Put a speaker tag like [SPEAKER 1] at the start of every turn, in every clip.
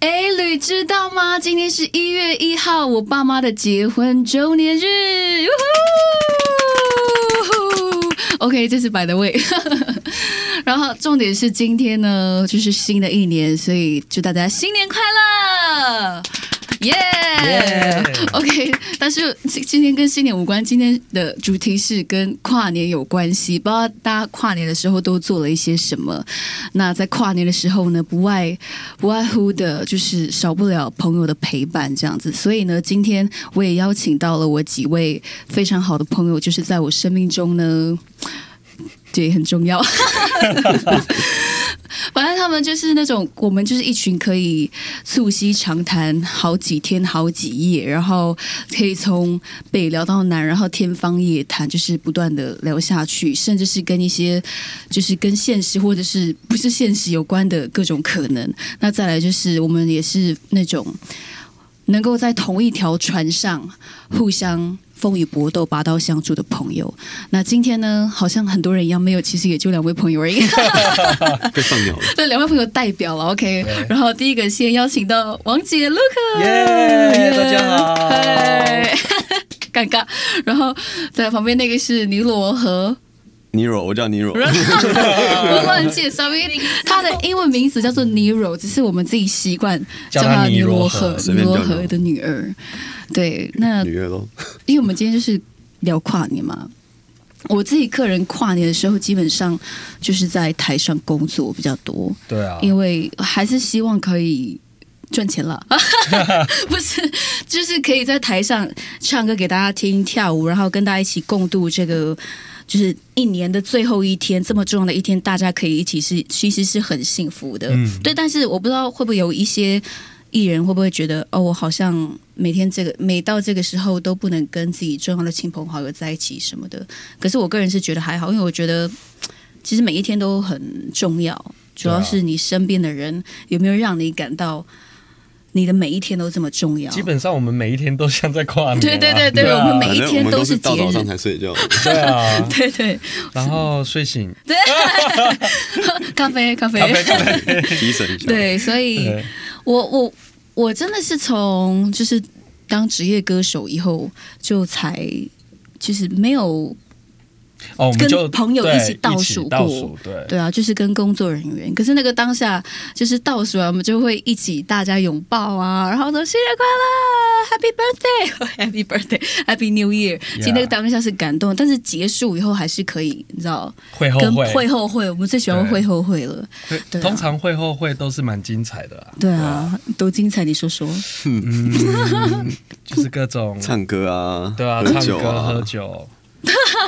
[SPEAKER 1] 你哎知道吗？今天是一月一号，我爸妈的结婚周年日。呜呼 OK，这是 by the way。然后重点是今天呢，就是新的一年，所以祝大家新年快乐！耶、
[SPEAKER 2] Yeah
[SPEAKER 1] OK，但是今今天跟新年无关，今天的主题是跟跨年有关系。不知道大家跨年的时候都做了一些什么？那在跨年的时候呢，不外不外乎的就是少不了朋友的陪伴这样子。所以呢，今天我也邀请到了我几位非常好的朋友，就是在我生命中呢，对，很重要。反正他们就是那种，我们就是一群可以促膝长谈好几天、好几夜，然后可以从北聊到南，然后天方夜谭，就是不断的聊下去，甚至是跟一些就是跟现实或者是不是现实有关的各种可能。那再来就是我们也是那种能够在同一条船上互相。风雨搏斗、拔刀相助的朋友，那今天呢，好像很多人一样，没有，其实也就两位朋友而已。
[SPEAKER 3] 被放鸟了。
[SPEAKER 1] 对，两位朋友代表了，OK。然后第一个先邀请到王姐 Luca，
[SPEAKER 2] 耶大家好
[SPEAKER 1] 嗨 尴尬。然后在旁边那个是尼罗河，
[SPEAKER 3] Nero，我叫 Nero，
[SPEAKER 1] 我乱介绍，因为他的英文名字叫做 Nero，只是我们自己习惯
[SPEAKER 2] 叫他
[SPEAKER 1] 他
[SPEAKER 2] 尼罗
[SPEAKER 1] 罗
[SPEAKER 2] 河
[SPEAKER 1] 河，
[SPEAKER 3] 随
[SPEAKER 1] 尼
[SPEAKER 3] 便
[SPEAKER 1] 罗
[SPEAKER 3] 叫
[SPEAKER 1] 河的女儿。对，那
[SPEAKER 3] 女乐咯。
[SPEAKER 1] 因为我们今天就是聊跨年嘛。我自己个人跨年的时候，基本上就是在台上工作比较多。
[SPEAKER 2] 对啊，
[SPEAKER 1] 因为还是希望可以赚钱 了，不是，就是可以在台上唱歌给大家听，跳舞，然后跟大家一起共度这个。就是一年的最后一天，这么重要的一天，大家可以一起是，其实是很幸福的。
[SPEAKER 2] 嗯
[SPEAKER 1] 对，但是我不知道会不会有一些艺人会不会觉得，哦，我好像每天这个每到这个时候都不能跟自己重要的亲朋好友在一起什么的。可是我个人是觉得还好，因为我觉得其实每一天都很重要，主要
[SPEAKER 2] 啊
[SPEAKER 1] 是你身边的人有没有让你感到你的每一天都这么重要。
[SPEAKER 2] 基本上我们每一天都像在跨年啊、
[SPEAKER 1] 对对对对
[SPEAKER 2] 啊
[SPEAKER 1] 我们每
[SPEAKER 3] 反
[SPEAKER 1] 哎一
[SPEAKER 3] 正我
[SPEAKER 1] 天
[SPEAKER 3] 们
[SPEAKER 1] 都
[SPEAKER 3] 都
[SPEAKER 1] 是节日
[SPEAKER 3] 到早上 才睡觉，
[SPEAKER 2] 对啊，
[SPEAKER 1] 对 对
[SPEAKER 2] 然后睡醒，
[SPEAKER 1] 对，咖啡咖啡
[SPEAKER 2] 咖啡咖啡，
[SPEAKER 3] 提神一 下。，
[SPEAKER 1] 对，所以
[SPEAKER 2] 对
[SPEAKER 1] 我我我真的是从就是当职业歌手以后，就才就是没有
[SPEAKER 2] 哦，我们
[SPEAKER 1] 跟
[SPEAKER 2] 就
[SPEAKER 1] 朋友一
[SPEAKER 2] 对一
[SPEAKER 1] 起倒数
[SPEAKER 2] 起倒
[SPEAKER 1] 过
[SPEAKER 2] 数，对
[SPEAKER 1] 对啊，就是跟工作人员。可是那个当下就是倒数啊，我们就会一起大家拥抱啊，然后说新年快乐，Happy Birthday，Happy Birthday，Happy New Year。其实那个当下是感动，但是结束以后还是可以，你知道，
[SPEAKER 2] 会后
[SPEAKER 1] 跟
[SPEAKER 2] 会
[SPEAKER 1] 会后会，我们最喜欢
[SPEAKER 2] 对
[SPEAKER 1] 会后会了。
[SPEAKER 2] 会
[SPEAKER 1] 对啊
[SPEAKER 2] 通常会后会都是蛮精彩的啦，
[SPEAKER 1] 对啊，多精彩！你说说，
[SPEAKER 2] 嗯，就是各种
[SPEAKER 3] 唱歌啊，
[SPEAKER 2] 对啊，
[SPEAKER 3] 喝
[SPEAKER 2] 唱
[SPEAKER 3] 酒
[SPEAKER 2] 歌
[SPEAKER 3] 啊
[SPEAKER 2] 喝， 酒，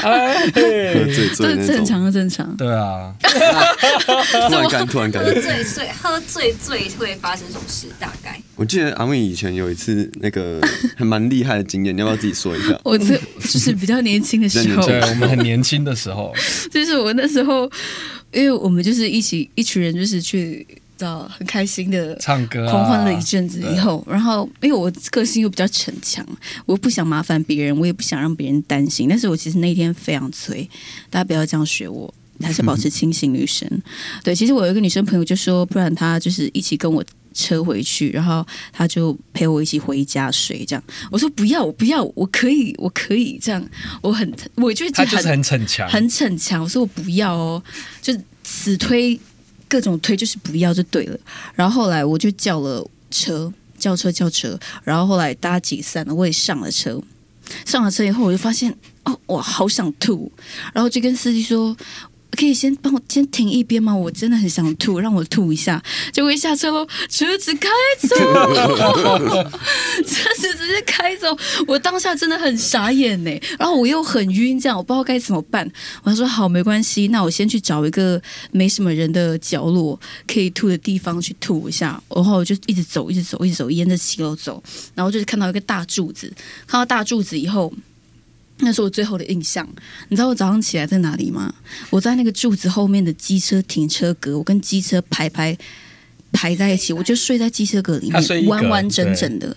[SPEAKER 2] 哎嘿
[SPEAKER 3] 喝醉醉
[SPEAKER 1] 这
[SPEAKER 3] 那
[SPEAKER 1] 正
[SPEAKER 3] 种。
[SPEAKER 1] 常，正常。
[SPEAKER 2] 对啊，
[SPEAKER 3] 突然干，突然干
[SPEAKER 4] 喝。醉醉喝醉醉会发生什么事？大概
[SPEAKER 3] 我记得阿妹以前有一次那个还蛮厉害的经验，你要不要自己说一 下？
[SPEAKER 1] 我这
[SPEAKER 2] 嗯
[SPEAKER 1] 就是比较年轻的时 候，
[SPEAKER 2] 对我们很年轻的时候，
[SPEAKER 1] 就是我那时候，因为我们就是一起一群人，就是去到很开心的
[SPEAKER 2] 唱歌啊
[SPEAKER 1] 狂欢了一阵子以后，然后因为我个性又比较逞强，我又不想麻烦别人，我也不想让别人担心，但是我其实那一天非常催，大家不要这样学我。还是保持清醒女生，对，其实我有一个女生朋友就说，不然她就是一起跟我车回去，然后她就陪我一起回家睡这样。我说不要，我不要，我可以，我可以这样，我很，我就已
[SPEAKER 2] 他
[SPEAKER 1] 经
[SPEAKER 2] 就是很逞强，
[SPEAKER 1] 很逞强，我说我不要哦，就死推各种推，就是不要就对了。然后后来我就叫了车，叫车叫车，然后后来大家解散了，我也上了车。上了车以后，我就发现哦，我好想吐，然后就跟司机说。可以先帮我先停一边吗？我真的很想吐，让我吐一下。结果一下车喽，车子开走，车子直接开走。我当下真的很傻眼呢，然后我又很晕，这样我不知道该怎么办。我说好，没关系，那我先去找一个没什么人的角落，可以吐的地方去吐一下。然后我就一直走，一直走，一直走，沿着骑楼走，然后就是看到一个大柱子，看到大柱子以后。那是我最后的印象。你知道我早上起来在哪里吗？我在那个柱子后面的机车停车格，我跟机车排排排在一起，我就睡在鸡舍格里
[SPEAKER 2] 他睡一
[SPEAKER 1] 面，
[SPEAKER 2] 格
[SPEAKER 1] 完完整整的。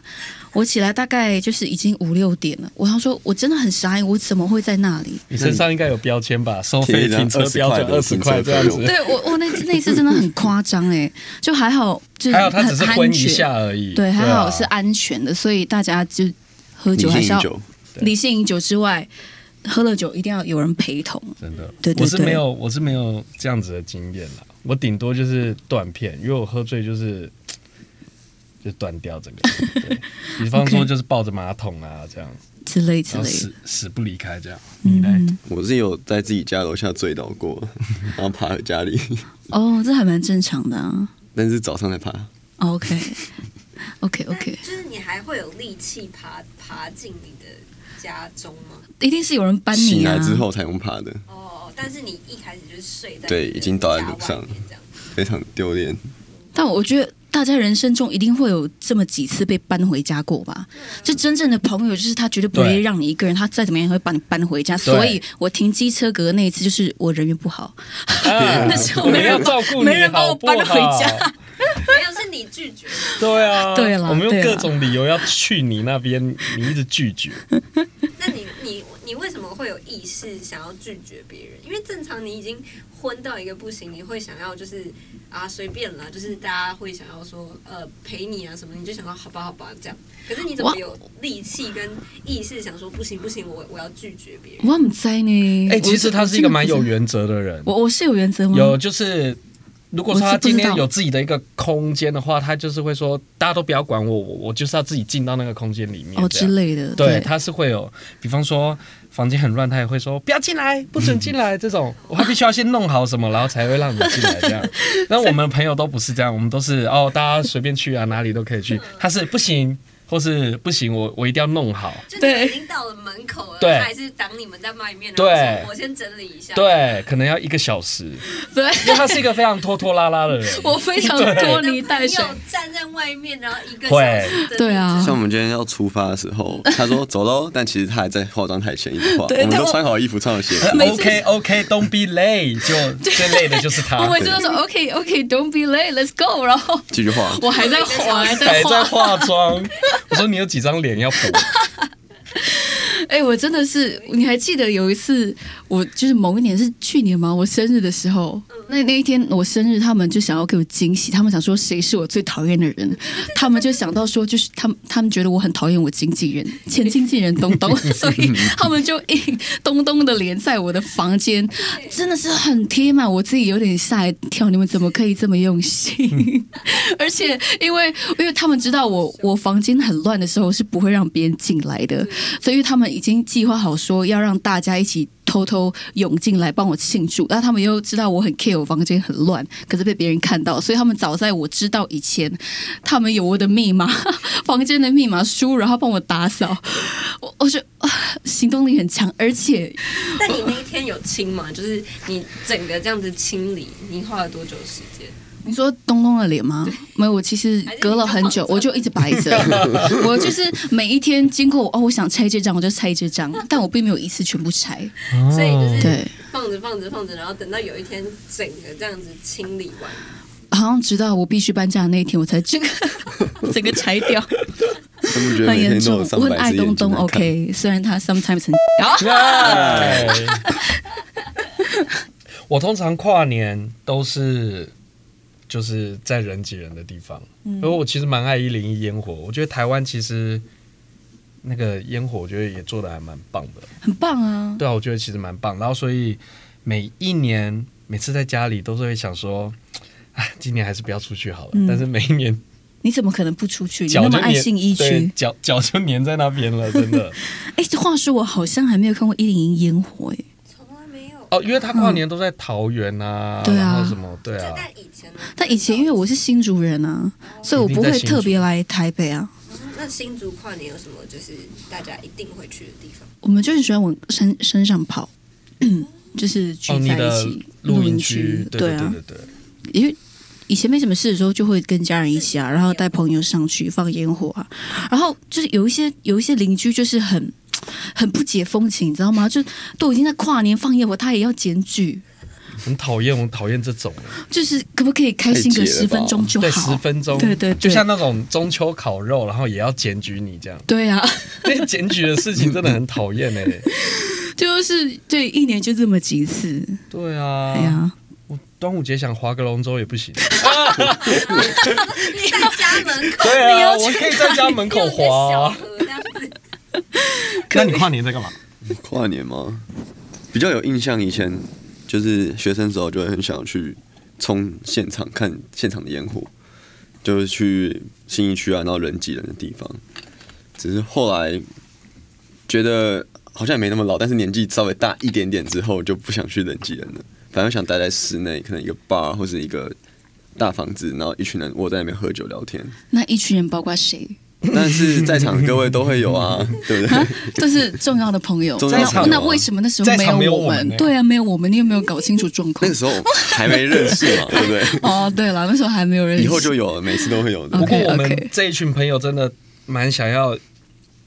[SPEAKER 1] 我起来大概就是已经五六点了，我想说，我真的很傻眼，我怎么会在那里？
[SPEAKER 2] 你身上应该有标签吧？收费
[SPEAKER 3] 贴一张
[SPEAKER 2] 停车标准二十
[SPEAKER 3] 20
[SPEAKER 2] 块
[SPEAKER 3] 块
[SPEAKER 2] 这
[SPEAKER 3] 的
[SPEAKER 2] 样
[SPEAKER 3] 停车费
[SPEAKER 2] 子，
[SPEAKER 1] 对我，我那那次真的很夸张哎，就还好，就是
[SPEAKER 2] 还好他
[SPEAKER 1] 很
[SPEAKER 2] 只是
[SPEAKER 1] 嗯安
[SPEAKER 2] 昏一
[SPEAKER 1] 全
[SPEAKER 2] 下而已。
[SPEAKER 1] 对，还
[SPEAKER 2] 啊
[SPEAKER 1] 好是安全的，所以大家就喝酒还
[SPEAKER 3] 理
[SPEAKER 1] 是
[SPEAKER 3] 性
[SPEAKER 1] 要
[SPEAKER 3] 饮酒，
[SPEAKER 2] 对
[SPEAKER 1] 理性饮酒之外，喝了酒一定要有人陪同。
[SPEAKER 2] 真的，
[SPEAKER 1] 对对
[SPEAKER 2] 我是
[SPEAKER 1] 对
[SPEAKER 2] 没有，我是没有这样子的经验啦。我顶多就是断片，因为我喝醉就是就断掉整个。对，比方说
[SPEAKER 1] OK
[SPEAKER 2] 就是抱着马桶啊这样，
[SPEAKER 1] 之类之
[SPEAKER 2] 然后
[SPEAKER 1] 类的
[SPEAKER 2] 死，死不离开这样。你呢？
[SPEAKER 1] 嗯，
[SPEAKER 3] 我是有在自己家楼下醉倒过，然后爬回家里，
[SPEAKER 1] 哦，这还蛮正常的啊。哦
[SPEAKER 3] 但是早上才爬。
[SPEAKER 1] OK，OK，OK，、
[SPEAKER 4] 那就是你还会有力气爬爬进你的家中吗？
[SPEAKER 1] 一定是有人搬
[SPEAKER 3] 醒
[SPEAKER 1] 你啊。
[SPEAKER 3] 来之后才用爬的，
[SPEAKER 4] 哦，但是你一开始就是睡在
[SPEAKER 3] 对
[SPEAKER 4] 你的
[SPEAKER 3] 已经倒在
[SPEAKER 4] 家
[SPEAKER 3] 路
[SPEAKER 4] 外
[SPEAKER 3] 上
[SPEAKER 4] 面这样。
[SPEAKER 3] 非常丢脸。
[SPEAKER 1] 但我觉得大家人生中一定会有这么几次被搬回家过吧？就真正的朋友，就是他绝对不会
[SPEAKER 2] 对
[SPEAKER 1] 让你一个人，他再怎么样也会把你搬回家。所以我停机车格那一次，就是我人缘不好，
[SPEAKER 2] 啊
[SPEAKER 1] 那时候
[SPEAKER 2] 我们
[SPEAKER 1] 没人
[SPEAKER 2] 要照顾你，
[SPEAKER 1] 没人帮我
[SPEAKER 2] 好不
[SPEAKER 1] 搬回
[SPEAKER 2] 好
[SPEAKER 1] 家。
[SPEAKER 4] 没有，哦是你拒绝。
[SPEAKER 2] 对啊，
[SPEAKER 1] 对啦
[SPEAKER 2] 我们用
[SPEAKER 1] 对啦
[SPEAKER 2] 各种理由要去你那边，你一直拒 绝。
[SPEAKER 4] 那你你你为什么会有意识想要拒绝别人？因为正常你已经昏到一个不行，你会想要就是啊随便啦，就是大家会想要说呃陪你啊什么，你就想要好吧好吧这样。可是你怎么
[SPEAKER 1] 哇
[SPEAKER 4] 有力气跟意识想说不行不行，我我要拒绝别人？
[SPEAKER 1] 我很在呢。
[SPEAKER 2] 哎、其实
[SPEAKER 1] 我
[SPEAKER 2] 他是一个蛮有，原则的人。
[SPEAKER 1] 我我是有原则吗？
[SPEAKER 2] 有就是，如果说
[SPEAKER 1] 嗯我
[SPEAKER 2] 他
[SPEAKER 1] 是不知
[SPEAKER 2] 今
[SPEAKER 1] 道
[SPEAKER 2] 天有自己的一个空间的话，他就是会说，大家都不要管我，我我就是要自己进到那个空间里面
[SPEAKER 1] 哦
[SPEAKER 2] 这
[SPEAKER 1] 之
[SPEAKER 2] 样。
[SPEAKER 1] 类的。
[SPEAKER 2] 对，他是会有，比方说房间很乱，他也会说不要进来，不准进来这 种，他必须要先弄好什么，然后才会让你进来这样。那我们朋友都不是这样，我们都是哦，大家随便去啊，哪里都可 以去。他是不行，或是不行，我我一定要 弄好。
[SPEAKER 4] 就你
[SPEAKER 1] 对
[SPEAKER 4] 们已经到了门口了，
[SPEAKER 2] 对
[SPEAKER 4] 他还是挡你们在外面，
[SPEAKER 2] 对
[SPEAKER 4] 然后说我先整理一下。，
[SPEAKER 2] 对，可能要一个小时，因
[SPEAKER 1] 对，
[SPEAKER 2] 为他是一个非常拖拖拉拉的人。
[SPEAKER 1] 我非常
[SPEAKER 2] 对
[SPEAKER 1] 拖
[SPEAKER 4] 你的
[SPEAKER 1] 泥带
[SPEAKER 4] 朋
[SPEAKER 1] 水。
[SPEAKER 4] 友站在外面，然后一个小
[SPEAKER 2] 会
[SPEAKER 4] 时的
[SPEAKER 1] 对啊
[SPEAKER 3] 像我们今天要出发的时候，他说走喽，但其实他还在化妆台前一直 化，
[SPEAKER 1] 对
[SPEAKER 3] 我们
[SPEAKER 1] 但
[SPEAKER 3] 都
[SPEAKER 1] 我
[SPEAKER 3] 穿好衣服，穿好鞋 子，
[SPEAKER 1] 每次
[SPEAKER 2] OK OK，Don't be late，就最累的就是他
[SPEAKER 1] 我，每次都说 OK OK，Don't be late，Let's go，然后
[SPEAKER 3] 继续化。
[SPEAKER 1] 我还在我还
[SPEAKER 2] 还
[SPEAKER 1] 在
[SPEAKER 2] 哎在
[SPEAKER 1] 画，
[SPEAKER 2] 化妆。 我说你有几张脸要补？
[SPEAKER 1] 哎、我真的是，你还记得有一次，我就是某一年是去年吗？我生日的时候，那那一天我生日，他们就想要给我惊喜，他们想说谁是我最讨厌的人，他们就想到说，就是他们他们觉得我很讨厌我经纪人前经纪人东东，所以他们就印东东的脸在我的房间，真的是很贴满，我自己有点吓一跳，你们怎么可以这么用心？而且因为因为他们知道我我房间很乱的时候是不会让别人进来的，所以他们已经计划好说要让大家一起偷偷涌进来帮我庆祝。然后他们又知道我很 care 我房间很乱，可是被别人看到，所以他们早在我知道以前，他们有我的密码， 房间的密码输入，然后帮我打扫。我我就、啊行动力很强，而且
[SPEAKER 4] 但你那一天有清吗？就是你整个这样子清理，你花了多久时间？
[SPEAKER 1] 你说东东的脸吗？没有，我其实隔了很久，
[SPEAKER 4] 还是
[SPEAKER 1] 我
[SPEAKER 4] 你就放着
[SPEAKER 1] 就一直摆着。 我就是每一天经过，哦，我想拆这张，我就拆这张，但我并没有一次全部拆。
[SPEAKER 4] 所以就是
[SPEAKER 1] 对，
[SPEAKER 4] 放着放着放着，然后等到有一天整个这样子清理完，
[SPEAKER 1] 好像直到我必须搬家的那一天，我才这个 整个拆掉，
[SPEAKER 3] 他们觉得
[SPEAKER 1] 很
[SPEAKER 3] 每
[SPEAKER 1] 严
[SPEAKER 3] 天都
[SPEAKER 1] 重
[SPEAKER 3] 有。上
[SPEAKER 1] 我很
[SPEAKER 3] 百
[SPEAKER 1] 爱
[SPEAKER 3] 只
[SPEAKER 1] 东
[SPEAKER 3] 眼睛
[SPEAKER 1] 东
[SPEAKER 3] 在看。
[SPEAKER 1] ，OK，虽然他 sometimes 很
[SPEAKER 2] 哎我通常跨年都是就是在人挤人的地方，
[SPEAKER 4] 嗯
[SPEAKER 2] 因为我其实蛮爱一零一烟火，我觉得台湾其实。那个烟火，我觉得也做的还蛮棒的。
[SPEAKER 1] 很棒啊，
[SPEAKER 2] 对啊，我觉得其实蛮棒。然后所以每一年每次在家里都是会想说，哎，今年还是不要出去好了。
[SPEAKER 1] 嗯
[SPEAKER 2] 但是每一年
[SPEAKER 1] 你怎么可能不出去？你
[SPEAKER 2] 脚
[SPEAKER 1] 那么
[SPEAKER 2] 就黏
[SPEAKER 1] 爱信义
[SPEAKER 2] 对
[SPEAKER 1] 区，
[SPEAKER 2] 脚脚就粘在那 边了，真的。
[SPEAKER 1] 哎，话说我好像还没有看过一零一烟火，哎，
[SPEAKER 4] 从来没有。
[SPEAKER 2] 哦，因为他跨年都在桃园啊，
[SPEAKER 1] 嗯对啊
[SPEAKER 2] 然后什么对
[SPEAKER 4] 就
[SPEAKER 2] 啊，
[SPEAKER 4] 在哎以前呢，
[SPEAKER 1] 但以前因为我是新竹人啊，所以我不
[SPEAKER 2] 一定
[SPEAKER 1] 会
[SPEAKER 2] 在新竹
[SPEAKER 1] 特别来台北啊。
[SPEAKER 4] 那新竹跨年有什么就是大家一定会去的地 方？
[SPEAKER 1] 我们就很喜欢往山山上跑， 就是聚
[SPEAKER 2] 哦，你
[SPEAKER 1] 在一
[SPEAKER 2] 的
[SPEAKER 1] 起。
[SPEAKER 2] 露
[SPEAKER 1] 营
[SPEAKER 2] 营区，对对
[SPEAKER 1] 啊
[SPEAKER 2] 对，对对。
[SPEAKER 1] 因为以前没什么事的时候，就会跟家人一起啊，然后带朋友上去放烟火啊，然后就是有一些有一些邻居就是很很不解风情，你知道吗？就都已经在跨年放烟火，他也要检举。
[SPEAKER 2] 很讨厌，我很讨厌这种。
[SPEAKER 1] 就是可不可以开心
[SPEAKER 3] 太
[SPEAKER 1] 个
[SPEAKER 3] 解了
[SPEAKER 1] 十分钟就
[SPEAKER 2] 对，
[SPEAKER 1] 好？
[SPEAKER 2] 十分钟，
[SPEAKER 1] 对对对
[SPEAKER 2] 就像那种中秋烤肉，然后也要检举你 这样，
[SPEAKER 1] 对啊，
[SPEAKER 2] 那检举的事情真的很讨厌哎。
[SPEAKER 1] 就是对，一年就这么几次，
[SPEAKER 2] 对
[SPEAKER 1] 哎
[SPEAKER 2] 啊，
[SPEAKER 1] 呀，
[SPEAKER 2] 我端午节想划个龙舟也不行。
[SPEAKER 4] 在家门口
[SPEAKER 2] 对
[SPEAKER 1] 你
[SPEAKER 2] 啊，
[SPEAKER 1] 要
[SPEAKER 2] 我
[SPEAKER 1] 去
[SPEAKER 2] 可以在家门口
[SPEAKER 4] 用一个
[SPEAKER 2] 划
[SPEAKER 4] 小
[SPEAKER 2] 啊。
[SPEAKER 4] 河这样子，
[SPEAKER 2] 那你跨年在 干嘛？
[SPEAKER 3] 跨年吗？比较有印象，以前就是学生时候就会很想去冲现场看现场的烟火，就是去新一区啊，然后人挤人的地方。只是后来觉得好像也没那么老，但是年纪稍微大一点点之后，就不想去人挤人了，反正想待在室内，可能一个 bar 或是一个大房子，然后一群人窝在那边喝酒聊天。
[SPEAKER 1] 那一群人包括谁？
[SPEAKER 3] 但是在场各位都会有啊，对不对？
[SPEAKER 1] 都是重要的朋友。
[SPEAKER 3] 重要
[SPEAKER 2] 的
[SPEAKER 1] 那
[SPEAKER 2] 朋友啊
[SPEAKER 1] 那为什么那时
[SPEAKER 2] 在
[SPEAKER 1] 候
[SPEAKER 2] 场没有
[SPEAKER 1] 我
[SPEAKER 2] 我们呢哎
[SPEAKER 1] 对啊，没有我们，你有没有搞清楚状
[SPEAKER 3] 那
[SPEAKER 1] 况
[SPEAKER 3] 个？时候还没认识嘛，对不对？
[SPEAKER 1] 哦， 对了，那时候还没有认识。
[SPEAKER 3] 以后就有了，每次都 会有的。
[SPEAKER 2] 不过
[SPEAKER 1] OK，OK
[SPEAKER 2] 我们这一群朋友真的蛮想要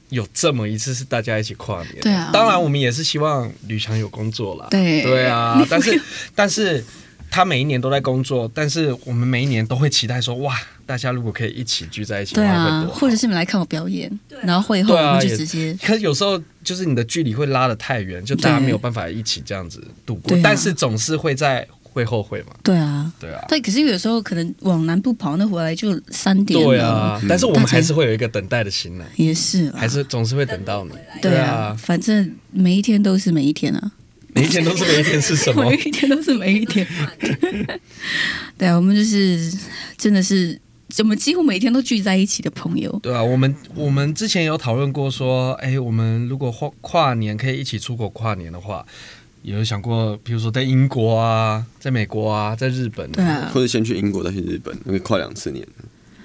[SPEAKER 2] 有这么一次是大家一起跨年的。
[SPEAKER 1] 对啊
[SPEAKER 2] 当然我们也是希望吕强有工作啦。
[SPEAKER 1] 对
[SPEAKER 2] 对啊，但是但是他每一年都在工作，但是我们每一年都会期待说，哇，大家如果可以一起聚在一起，
[SPEAKER 1] 对
[SPEAKER 2] 那会
[SPEAKER 1] 啊
[SPEAKER 2] 多，好
[SPEAKER 1] 或者是你们来看我表演
[SPEAKER 4] 对，
[SPEAKER 1] 然后会后我
[SPEAKER 2] 对啊，
[SPEAKER 1] 们就
[SPEAKER 2] 也
[SPEAKER 1] 直接。
[SPEAKER 2] 可是有时候就是你的距离会拉得太远，就大家
[SPEAKER 1] 对
[SPEAKER 2] 没有办法一起这样子度过
[SPEAKER 1] 对啊。
[SPEAKER 2] 但是总是会在会后悔嘛，
[SPEAKER 1] 对啊，
[SPEAKER 2] 对啊，
[SPEAKER 1] 对，可是有时候可能往南部跑，那回来就三点了。
[SPEAKER 2] 对啊。但是我们
[SPEAKER 1] 大家
[SPEAKER 2] 还是会有一个等待的心啊呢，
[SPEAKER 1] 也是啦，
[SPEAKER 2] 还是总是会等到你。
[SPEAKER 1] 对
[SPEAKER 2] 对
[SPEAKER 1] 啊
[SPEAKER 2] 啊，，
[SPEAKER 1] 反正每一天都是每一天啊，
[SPEAKER 2] 每一天都是每一天是什么
[SPEAKER 1] 每？一天都是每一天。 对啊，我们就是真的是，我们几乎每天都聚在一起的朋友。
[SPEAKER 2] 对啊，我们我们之前有讨论过说，哎，我们如果跨跨年可以一起出国跨年的话，有想过，比如说在英国啊，在美国啊，在日本、
[SPEAKER 1] 对，啊，
[SPEAKER 3] 或者先去英国，再去日本，那个跨两次年，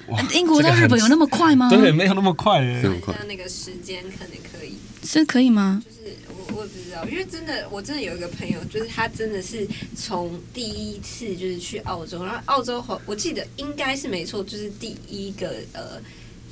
[SPEAKER 2] 哇
[SPEAKER 1] 英国到日本有那么快吗？
[SPEAKER 2] 对，没有那么快
[SPEAKER 1] 嗯
[SPEAKER 2] 耶
[SPEAKER 3] 这。么快
[SPEAKER 4] 那。那个时间可能可以。
[SPEAKER 1] 这可以吗？
[SPEAKER 4] 就是我我也不知道，因为真的我真的有一个朋友，就是他真的是从第一次就是去澳洲，然后澳洲好我记得应该是没错，就是第一个呃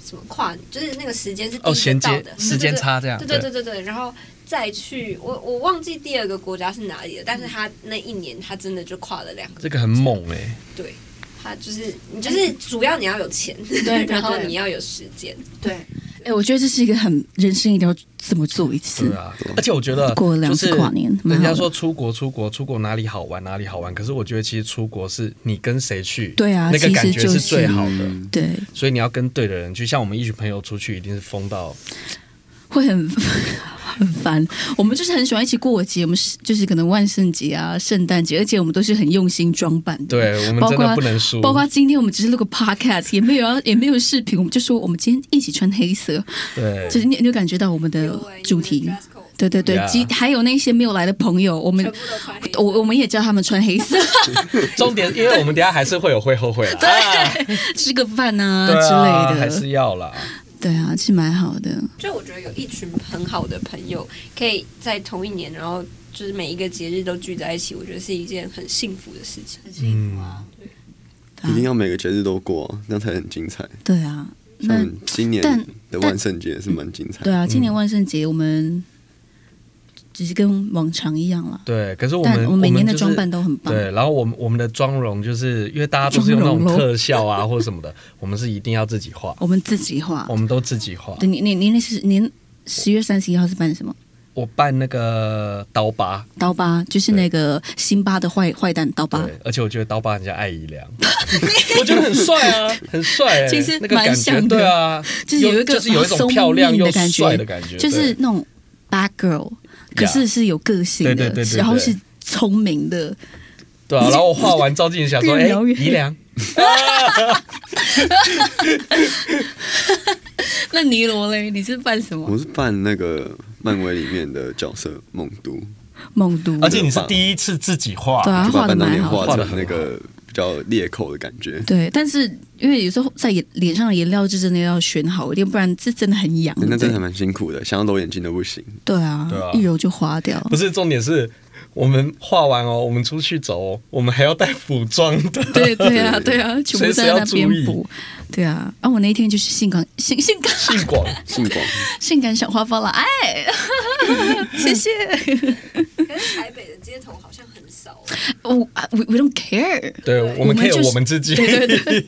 [SPEAKER 4] 什么跨，就是那个时间是第
[SPEAKER 2] 哦，
[SPEAKER 4] 一
[SPEAKER 2] 衔
[SPEAKER 4] 个到
[SPEAKER 2] 接
[SPEAKER 4] 的，
[SPEAKER 2] 时间差这样，
[SPEAKER 4] 对对对对对，然后再去我我忘记第二个国家是哪里了，但是他那一年他真的就跨了两个，
[SPEAKER 2] 这个哎很猛哎、
[SPEAKER 4] 对。他就是你，就是主要你要有钱，
[SPEAKER 1] 对对
[SPEAKER 4] 然后
[SPEAKER 1] 对
[SPEAKER 4] 你要有时间，
[SPEAKER 1] 对，哎、我觉得这是一个很人生一定要这么做一次
[SPEAKER 2] 对。啊，而且我觉得
[SPEAKER 1] 过两次
[SPEAKER 2] 就是
[SPEAKER 1] 跨年蛮好
[SPEAKER 2] 人家
[SPEAKER 1] 的
[SPEAKER 2] 说出国出国出国哪里好玩哪里好玩，可是我觉得其实出国是你跟谁去，
[SPEAKER 1] 对啊
[SPEAKER 2] 那个
[SPEAKER 1] 其实
[SPEAKER 2] 感觉
[SPEAKER 1] 就是
[SPEAKER 2] 是最好的，
[SPEAKER 3] 嗯
[SPEAKER 1] 对，
[SPEAKER 2] 所以你要跟对的人去。像我们一群朋友出去，一定是疯到
[SPEAKER 1] 会很 很烦。我们就是很喜欢一起过节，我们是就是可能万圣节啊、圣诞节，而且我们都是很用心装扮的。
[SPEAKER 2] 对我们
[SPEAKER 1] 嗯包
[SPEAKER 2] 真
[SPEAKER 1] 括
[SPEAKER 2] 的不能输。
[SPEAKER 1] 包括今天我们只是录个 podcast，也没有要也没有视频，我们就说我们今天一起穿黑色，
[SPEAKER 2] 对
[SPEAKER 1] 就是你你有感觉到我们的
[SPEAKER 4] 有欸
[SPEAKER 1] 主
[SPEAKER 4] 你
[SPEAKER 1] 题
[SPEAKER 4] 们的 dress code。
[SPEAKER 1] 对对对，
[SPEAKER 2] Yeah
[SPEAKER 1] 及还有那些没有来的朋友，我
[SPEAKER 4] 全
[SPEAKER 1] 们
[SPEAKER 4] 部都穿黑色。
[SPEAKER 1] 我我们也叫他们穿黑色，
[SPEAKER 2] 重点，因为我们等一下还是会有会后悔啦，啊
[SPEAKER 1] 吃个饭啊
[SPEAKER 2] 对啊，
[SPEAKER 1] 之类
[SPEAKER 2] 还
[SPEAKER 1] 的。
[SPEAKER 2] 是要啦。
[SPEAKER 1] 对啊，是蛮好的。
[SPEAKER 4] 就我觉得有一群很好的朋友，可以在同一年，然后就是每一个节日都聚在一起，我觉得是一件很幸福的事情。
[SPEAKER 2] 嗯，
[SPEAKER 1] 啊
[SPEAKER 3] 一定要每个节日都过啊，那才很精彩。
[SPEAKER 1] 对啊，那
[SPEAKER 3] 像今年
[SPEAKER 1] 但
[SPEAKER 3] 的万圣节是蛮精彩
[SPEAKER 1] 对
[SPEAKER 2] 嗯
[SPEAKER 3] 的，
[SPEAKER 1] 啊，今年万圣节我们只是跟往常一样啦，
[SPEAKER 2] 对。可是我
[SPEAKER 1] 但
[SPEAKER 2] 们
[SPEAKER 1] 我们每年的
[SPEAKER 2] 就是
[SPEAKER 1] 装扮都很棒。
[SPEAKER 2] 对，然后我们我们的妆容就是因为大家都是用那种
[SPEAKER 1] 妆容咯
[SPEAKER 2] 特效啊或者什么的，我们是一定要自己画，
[SPEAKER 1] 我们自己画
[SPEAKER 2] 我。们都自己画。
[SPEAKER 1] 对，你你你那是您十月三十一号是办什么？
[SPEAKER 2] 我扮那个刀疤，
[SPEAKER 1] 刀疤，就是那个辛巴的坏坏蛋刀疤。
[SPEAKER 2] 对，而且我觉得刀疤很像艾姨 良，我觉得很帅啊，很帅欸，
[SPEAKER 1] 其实
[SPEAKER 2] 那个感
[SPEAKER 1] 蛮
[SPEAKER 2] 觉
[SPEAKER 1] 像的
[SPEAKER 2] 对啊，
[SPEAKER 1] 就是有一个
[SPEAKER 2] 就是有一种
[SPEAKER 1] 松
[SPEAKER 2] 漂亮
[SPEAKER 1] 命
[SPEAKER 2] 又
[SPEAKER 1] 的感
[SPEAKER 2] 帅
[SPEAKER 1] 觉
[SPEAKER 2] 的感觉，
[SPEAKER 1] 就是
[SPEAKER 2] 对
[SPEAKER 1] 那种 bad girl，可是是有个性
[SPEAKER 2] 对
[SPEAKER 1] 的
[SPEAKER 2] 对对对，对
[SPEAKER 1] 然后是聪明的，
[SPEAKER 2] 对啊。然后我画完照镜想说，
[SPEAKER 1] 越
[SPEAKER 2] 哎
[SPEAKER 1] 描越，
[SPEAKER 2] 姨良，
[SPEAKER 1] 那尼罗嘞，你是扮什么？
[SPEAKER 3] 我是扮那个漫威里面的角色梦都，
[SPEAKER 1] 猛毒，
[SPEAKER 2] 而且你是第一次自己画，
[SPEAKER 1] 对啊，
[SPEAKER 3] 就
[SPEAKER 1] 画
[SPEAKER 3] 把
[SPEAKER 1] 的
[SPEAKER 3] 半张
[SPEAKER 1] 蛮
[SPEAKER 3] 脸
[SPEAKER 1] 好
[SPEAKER 3] 画
[SPEAKER 1] 的。
[SPEAKER 3] 成那个比较裂口的感觉。
[SPEAKER 1] 对，但是因为有时候在眼脸上的颜料就真的要选好一点，不然这真的很痒。
[SPEAKER 3] 那真的还
[SPEAKER 1] 嗯对
[SPEAKER 3] 蛮辛苦的，想要揉眼睛都不 行。
[SPEAKER 1] 对啊
[SPEAKER 2] 对啊，
[SPEAKER 1] 一揉就花掉。
[SPEAKER 2] 不是重点是。我们画完哦，我们出去走、哦，我们还要带服装的。
[SPEAKER 1] 对对啊，对啊，全部在那边
[SPEAKER 2] 随时要注
[SPEAKER 1] 补。对啊，啊，我那一天就是性感 性性感
[SPEAKER 2] 性广，
[SPEAKER 3] 性广，
[SPEAKER 1] 性感小花 包了，哎，谢谢。
[SPEAKER 4] 可是台北的街头好像很少少。
[SPEAKER 1] 我 Oh, we we don't care。
[SPEAKER 2] 对，我们可以
[SPEAKER 1] 我们就
[SPEAKER 2] 有
[SPEAKER 1] 是
[SPEAKER 2] 我们自己。
[SPEAKER 1] 对对对，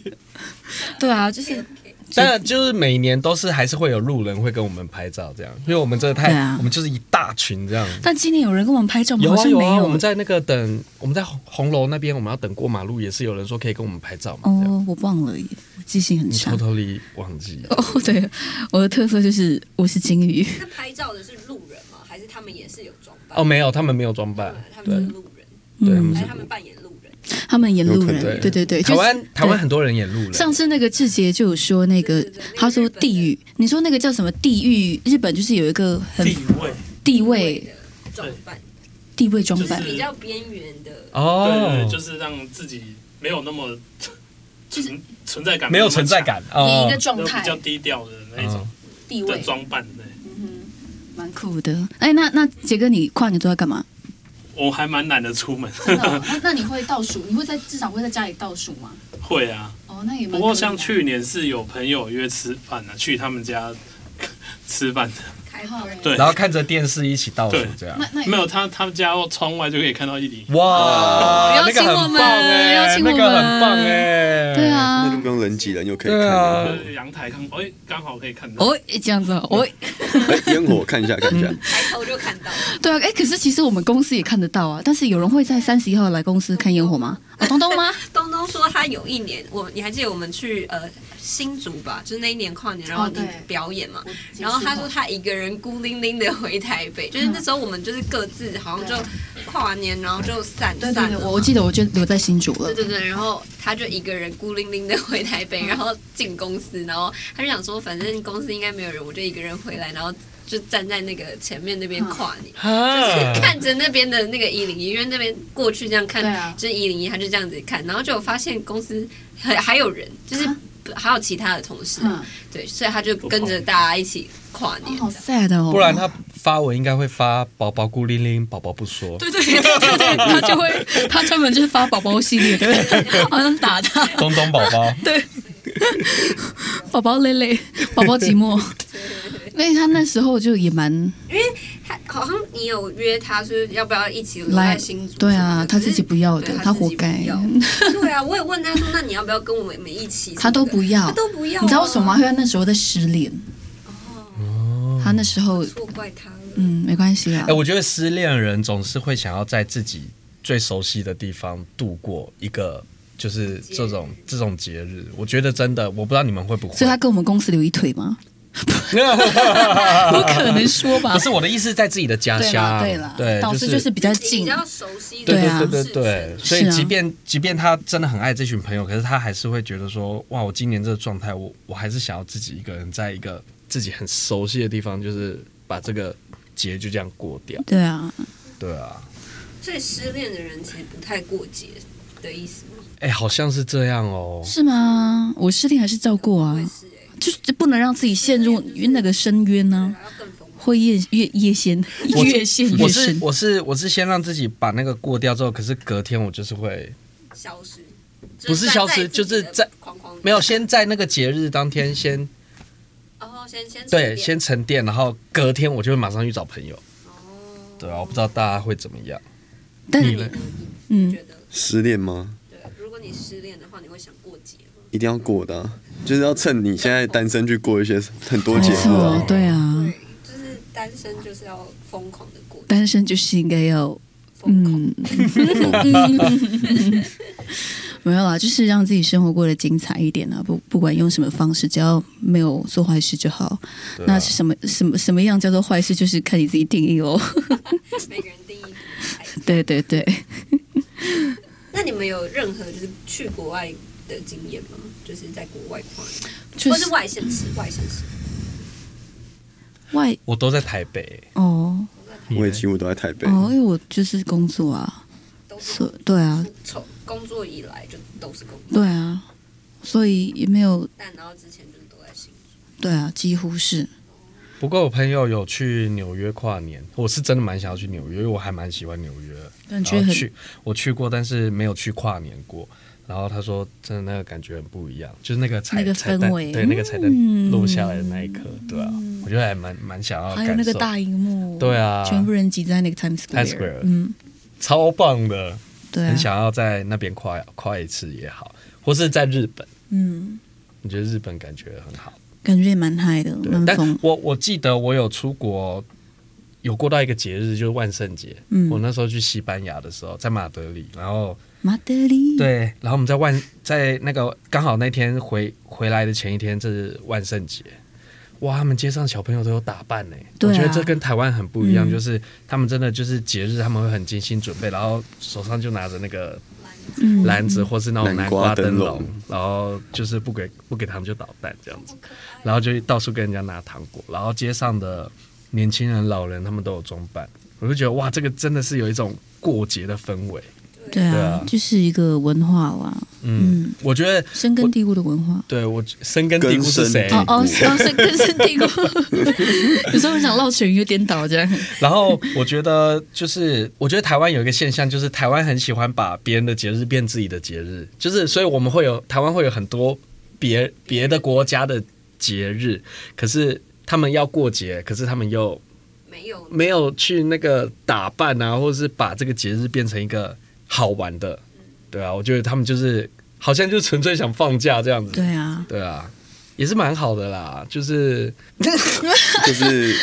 [SPEAKER 1] 对啊，就是
[SPEAKER 2] 但就是每年都是还是会有路人会跟我们拍照这样，因为我们真的太，
[SPEAKER 1] 对啊
[SPEAKER 2] 我们就是一大群这样。
[SPEAKER 1] 但今年有人跟我们拍照吗？
[SPEAKER 2] 有
[SPEAKER 1] 好
[SPEAKER 2] 啊
[SPEAKER 1] 像
[SPEAKER 2] 有
[SPEAKER 1] 没
[SPEAKER 2] 啊，我们
[SPEAKER 1] 哦，
[SPEAKER 2] 在那个等我们在红红楼那边，我们要等过马路，也是有人说可以跟我们拍照嘛。这样
[SPEAKER 1] 哦我忘了耶，我记性很
[SPEAKER 2] 你
[SPEAKER 1] 差
[SPEAKER 2] 偷。偷地忘记，
[SPEAKER 1] 哦，对，我的特色就是我是金鱼，
[SPEAKER 4] 那拍照的是路人吗？还是他们也是有装扮？
[SPEAKER 2] 哦，没有，他们没有装扮，
[SPEAKER 4] 他们
[SPEAKER 2] 对
[SPEAKER 4] 是路人，
[SPEAKER 2] 对，嗯他
[SPEAKER 1] 嗯
[SPEAKER 2] 们
[SPEAKER 4] 还
[SPEAKER 2] 是
[SPEAKER 4] 是他们扮演路人？
[SPEAKER 1] 他们演路人
[SPEAKER 3] 有可能，
[SPEAKER 1] 对对对，
[SPEAKER 2] 台
[SPEAKER 1] 就
[SPEAKER 2] 湾
[SPEAKER 1] 是
[SPEAKER 2] 台湾
[SPEAKER 1] 对
[SPEAKER 2] 很多人演路人，
[SPEAKER 1] 上次那个志杰就有说那个
[SPEAKER 4] 对对对那，个
[SPEAKER 1] 他说地狱，你说那个叫什么地狱？日本就是有一个很
[SPEAKER 5] 地位，
[SPEAKER 1] 地
[SPEAKER 4] 对
[SPEAKER 1] 位
[SPEAKER 4] 的装扮，
[SPEAKER 1] 地位装扮
[SPEAKER 4] 是，比较边缘的，
[SPEAKER 5] 对
[SPEAKER 2] 哦
[SPEAKER 5] 对，对，就是让自己没有那么 存存在感，
[SPEAKER 2] 没有存在，感
[SPEAKER 1] 演
[SPEAKER 2] 哦
[SPEAKER 1] 一个。状
[SPEAKER 5] 比
[SPEAKER 1] 态嗯
[SPEAKER 5] 较低调的那一种
[SPEAKER 2] 哦
[SPEAKER 1] 地
[SPEAKER 5] 的
[SPEAKER 1] 位，
[SPEAKER 5] 装扮。对，
[SPEAKER 1] 蛮酷的。哎，那那杰哥，你跨年都在干嘛？
[SPEAKER 5] 我还蛮懒得出门，
[SPEAKER 1] 真的哦？那那你会倒数？你会在至少会在家里倒数吗？
[SPEAKER 5] 会啊。
[SPEAKER 1] 哦，那也蛮
[SPEAKER 5] 不过像去年是有朋友约吃饭啊，去他们家 吃饭的，
[SPEAKER 4] 开会
[SPEAKER 5] 对
[SPEAKER 2] 然后看着电视一起倒数
[SPEAKER 5] 对
[SPEAKER 2] 这样
[SPEAKER 1] 那，那
[SPEAKER 5] 没有他他们家窗外就可以看到一里。
[SPEAKER 2] 哇，
[SPEAKER 1] 邀
[SPEAKER 2] 那个
[SPEAKER 1] 请我
[SPEAKER 2] 很
[SPEAKER 1] 们
[SPEAKER 2] 棒哎
[SPEAKER 1] 邀，请我们
[SPEAKER 2] 那个很棒哎，
[SPEAKER 1] 对，
[SPEAKER 3] 那就
[SPEAKER 1] 啊
[SPEAKER 3] 不，用人挤人，又可以
[SPEAKER 2] 对
[SPEAKER 3] 看
[SPEAKER 2] 啊
[SPEAKER 3] 了。
[SPEAKER 5] 就是阳台看，哎，刚好可以看到。
[SPEAKER 1] 哦，这样子哦，哦，
[SPEAKER 3] 哎，烟火看一下，看一下。
[SPEAKER 1] 嗯
[SPEAKER 4] 抬头就看到了，
[SPEAKER 1] 对啊，哎，可是其实我们公司也看得到啊，但是有人会在三十一号来公司看烟火 吗？哦，东东吗？
[SPEAKER 4] 东东说他有一年，我你还记得我们去呃新竹吧，就是那一年跨年，然后
[SPEAKER 1] 哦
[SPEAKER 4] 你
[SPEAKER 1] 对
[SPEAKER 4] 表演嘛，然后他说他一个人孤零零的回台北，就是那时候我们就是各自好像就跨完年，然后就散
[SPEAKER 1] 对对
[SPEAKER 4] 散
[SPEAKER 1] 对，
[SPEAKER 4] 了嘛。
[SPEAKER 1] 我我记得我就留在新竹了
[SPEAKER 4] 对。对对，然后他就一个人孤零零的回台北，然后进公司，然后他就想说，反正公司应该没有人，我就一个人回来，然后就站在那个前面那边
[SPEAKER 1] 嗯
[SPEAKER 4] 跨年。
[SPEAKER 2] 啊
[SPEAKER 4] 就是看着那边的那个一零一，因为那边过去这样看，
[SPEAKER 1] 对啊
[SPEAKER 4] 就是一零一，他就这样子看，然后就有发现公司还还有人，就是
[SPEAKER 1] 啊
[SPEAKER 4] 不还有其他的同事，
[SPEAKER 1] 嗯，
[SPEAKER 4] 对，所以他就跟着大家一起跨年
[SPEAKER 1] 哦，
[SPEAKER 4] 这
[SPEAKER 1] 好
[SPEAKER 4] 样。
[SPEAKER 1] sad 哦。
[SPEAKER 2] 不然他发文应该会发“宝宝孤零零，宝宝不说
[SPEAKER 1] 对对对对对，他就会 他专门就是发宝宝系 列的，好像打他”，
[SPEAKER 2] 东东宝宝
[SPEAKER 1] 对，宝宝累累，宝宝寂 寞。因哎为他那时候就也蛮
[SPEAKER 4] 他好像你有约他说要不要一起留
[SPEAKER 1] 来
[SPEAKER 4] 在新竹？
[SPEAKER 1] 对啊，
[SPEAKER 4] 可
[SPEAKER 1] 他
[SPEAKER 4] 是
[SPEAKER 1] 自己不要
[SPEAKER 4] 对
[SPEAKER 1] 的，
[SPEAKER 4] 他
[SPEAKER 1] 他
[SPEAKER 4] 自己
[SPEAKER 1] 活
[SPEAKER 4] 不
[SPEAKER 1] 该，
[SPEAKER 4] 要对啊，我也问他说，那你要不要跟我们一起？
[SPEAKER 1] 他都不要
[SPEAKER 4] 他。都不要啊、
[SPEAKER 1] 你知道为什么吗？因为他那时候在失恋，他那时候
[SPEAKER 4] 错怪他了。
[SPEAKER 1] 嗯，没关系啊
[SPEAKER 2] 哦哎，，我觉得失恋的人总是会想要在自己最熟悉的地方度过一个。就是这种这种节日，我觉得真的，我不知道你们会不会。
[SPEAKER 1] 所以他跟我们公司留一腿吗？不可能说吧
[SPEAKER 2] 不？啊是我的意思，在自己的家
[SPEAKER 1] 对
[SPEAKER 2] 乡
[SPEAKER 1] 啦，对啦，
[SPEAKER 2] 对，
[SPEAKER 1] 导师就是比较
[SPEAKER 4] 你比
[SPEAKER 1] 近，
[SPEAKER 4] 较熟悉的
[SPEAKER 2] 对
[SPEAKER 1] 对啊
[SPEAKER 2] 对对
[SPEAKER 4] 事
[SPEAKER 2] 对对，
[SPEAKER 4] 情
[SPEAKER 2] 所
[SPEAKER 1] 是
[SPEAKER 2] 以
[SPEAKER 1] 啊
[SPEAKER 2] 即便即便他真的很爱这群朋友，可是他还是会觉得说，哇，我今年这个状态，我我还是想要自己一个人在一个自己很熟悉的地方，就是把这个节就这样过掉。
[SPEAKER 1] 对啊，
[SPEAKER 2] 对啊，
[SPEAKER 4] 所以失恋的人其实不太过节的意思吗？
[SPEAKER 2] 哎、好像是这样哦。
[SPEAKER 1] 是吗？我失恋还是照过
[SPEAKER 4] 我
[SPEAKER 1] 啊
[SPEAKER 4] 也，是哎、
[SPEAKER 1] 就是不能让自己陷入那个深渊呢、
[SPEAKER 4] 还要更疯狂。
[SPEAKER 1] 会越越越陷
[SPEAKER 2] 我
[SPEAKER 1] 越陷
[SPEAKER 2] 我
[SPEAKER 1] 越
[SPEAKER 2] 是
[SPEAKER 1] 深。
[SPEAKER 2] 我是我是先让自己把那个过掉之后，可是隔天我就是会
[SPEAKER 4] 消失，
[SPEAKER 2] 不是消失就是在
[SPEAKER 4] 框框里
[SPEAKER 2] 没有先在那个节日当天先
[SPEAKER 4] 哦，先先
[SPEAKER 2] 对
[SPEAKER 4] 沉淀
[SPEAKER 2] 先沉淀，然后隔天我就会马上去找朋友。
[SPEAKER 4] 哦，
[SPEAKER 2] 对啊，我不知道大家会怎么样。
[SPEAKER 1] 但
[SPEAKER 2] 你呢？
[SPEAKER 1] 嗯，
[SPEAKER 4] 觉得
[SPEAKER 3] 失恋吗？
[SPEAKER 4] 对，如果你失恋的话，你会想过节吗？
[SPEAKER 3] 一定要过的啊，就是要趁你现在单身去过一些很多节
[SPEAKER 1] 没
[SPEAKER 3] 日啊
[SPEAKER 1] 错，。对啊，
[SPEAKER 4] 对，就是单身就是要疯狂的过，
[SPEAKER 1] 单身就是应该要
[SPEAKER 4] 疯狂。
[SPEAKER 1] 嗯， 没有啦，就是让自己生活过得精彩一点啊，不不管用什么方式，只要没有做坏事就好。
[SPEAKER 2] 对啊
[SPEAKER 1] 那是什么什么什么样叫做坏事，就是看你自己定义 喽。
[SPEAKER 4] 每个人定义。
[SPEAKER 1] 对对对，
[SPEAKER 4] 那你们有任何就是去国外的经验吗？就是在国外跨年，
[SPEAKER 1] 就
[SPEAKER 4] 或
[SPEAKER 1] 是
[SPEAKER 4] 是外县市，外县市。
[SPEAKER 1] 外
[SPEAKER 2] 我都在台北。
[SPEAKER 1] 哦
[SPEAKER 3] 我也几乎都在台北，
[SPEAKER 1] 哦，因为我就是工作啊，
[SPEAKER 4] 都是
[SPEAKER 1] 所对啊
[SPEAKER 4] 从工作以来就都是工作，
[SPEAKER 1] 对啊，所以也没有
[SPEAKER 4] 但然后之前就是都在新竹。
[SPEAKER 1] 对啊，几乎是
[SPEAKER 2] 不过我朋友有去纽约跨年，我是真的蛮想要去纽约，因为我还蛮喜欢纽约的。
[SPEAKER 1] 感觉
[SPEAKER 2] 然后
[SPEAKER 1] 很
[SPEAKER 2] 啊去我去过，但是没有去跨年过。然后他说，真的那个感觉很不一样，就是那个彩
[SPEAKER 1] 那个
[SPEAKER 2] 彩蛋
[SPEAKER 1] 氛围
[SPEAKER 2] 对那个彩蛋
[SPEAKER 1] 嗯
[SPEAKER 2] 落下来的那一刻，对啊，我觉得还蛮蛮想要感
[SPEAKER 1] 还
[SPEAKER 2] 受，
[SPEAKER 1] 有那个大荧幕，
[SPEAKER 2] 对啊
[SPEAKER 1] 全部人挤在那个 Times
[SPEAKER 2] Times Square
[SPEAKER 1] Square，嗯，
[SPEAKER 2] 超棒的，
[SPEAKER 1] 对啊
[SPEAKER 2] 很，想要在那边跨跨一次也好，或是在日本，
[SPEAKER 1] 嗯，
[SPEAKER 2] 你觉得日本感觉很好。
[SPEAKER 1] 感觉也蛮嗨的，
[SPEAKER 2] 对
[SPEAKER 1] 蛮，
[SPEAKER 2] 但
[SPEAKER 1] 疯，
[SPEAKER 2] 我我记得我有出国，有过到一个节日，就是万圣节。
[SPEAKER 1] 嗯
[SPEAKER 2] 我那时候去西班牙的时候，在马德里，然后
[SPEAKER 1] 马德里，，
[SPEAKER 2] 对，然后我们在万在那个刚好那天回回来的前一天，这是万圣节。哇，他们街上小朋友都有打扮呢、欸
[SPEAKER 1] 对啊
[SPEAKER 2] 我觉得这跟台湾很不一样，
[SPEAKER 1] 嗯
[SPEAKER 2] 就是他们真的就是节日，他们会很精心准备，然后手上就拿着那个
[SPEAKER 1] 嗯，
[SPEAKER 2] 篮子或是那种南瓜灯
[SPEAKER 3] 南瓜
[SPEAKER 2] 笼
[SPEAKER 3] 灯笼，
[SPEAKER 2] 然后就是不给不给他们就捣蛋这样子，
[SPEAKER 4] 可爱
[SPEAKER 2] 然后就到处跟人家拿糖果，然后街上的年轻人、老人他们都有装扮，我就觉得哇，这个真的是有一种过节的氛围。
[SPEAKER 1] 对
[SPEAKER 2] 对
[SPEAKER 1] 啊
[SPEAKER 2] 啊，
[SPEAKER 1] 就是一个文化啦，
[SPEAKER 2] 嗯，
[SPEAKER 1] 嗯
[SPEAKER 2] 我觉得
[SPEAKER 1] 深根蒂固的文化。
[SPEAKER 2] 对我深根蒂固是谁
[SPEAKER 3] 根？
[SPEAKER 1] 哦
[SPEAKER 3] 深
[SPEAKER 1] 哦，是哦，是根深蒂固。 有时候我想绕圈，有点倒这样。
[SPEAKER 2] 然后我觉得就是，我觉得台湾有一个现象，就是台湾很喜欢把别人的节日变自己的节日，就是所以我们会有台湾会有很多别别的国家的节日，可是他们要过节，可是他们又
[SPEAKER 4] 没有
[SPEAKER 2] 没有去那个打扮啊，或者是把这个节日变成一个好玩的，对啊，我觉得他们就是好像就纯粹想放假这样子，
[SPEAKER 1] 对啊，
[SPEAKER 2] 对啊，也是蛮好的啦，就是
[SPEAKER 3] 就是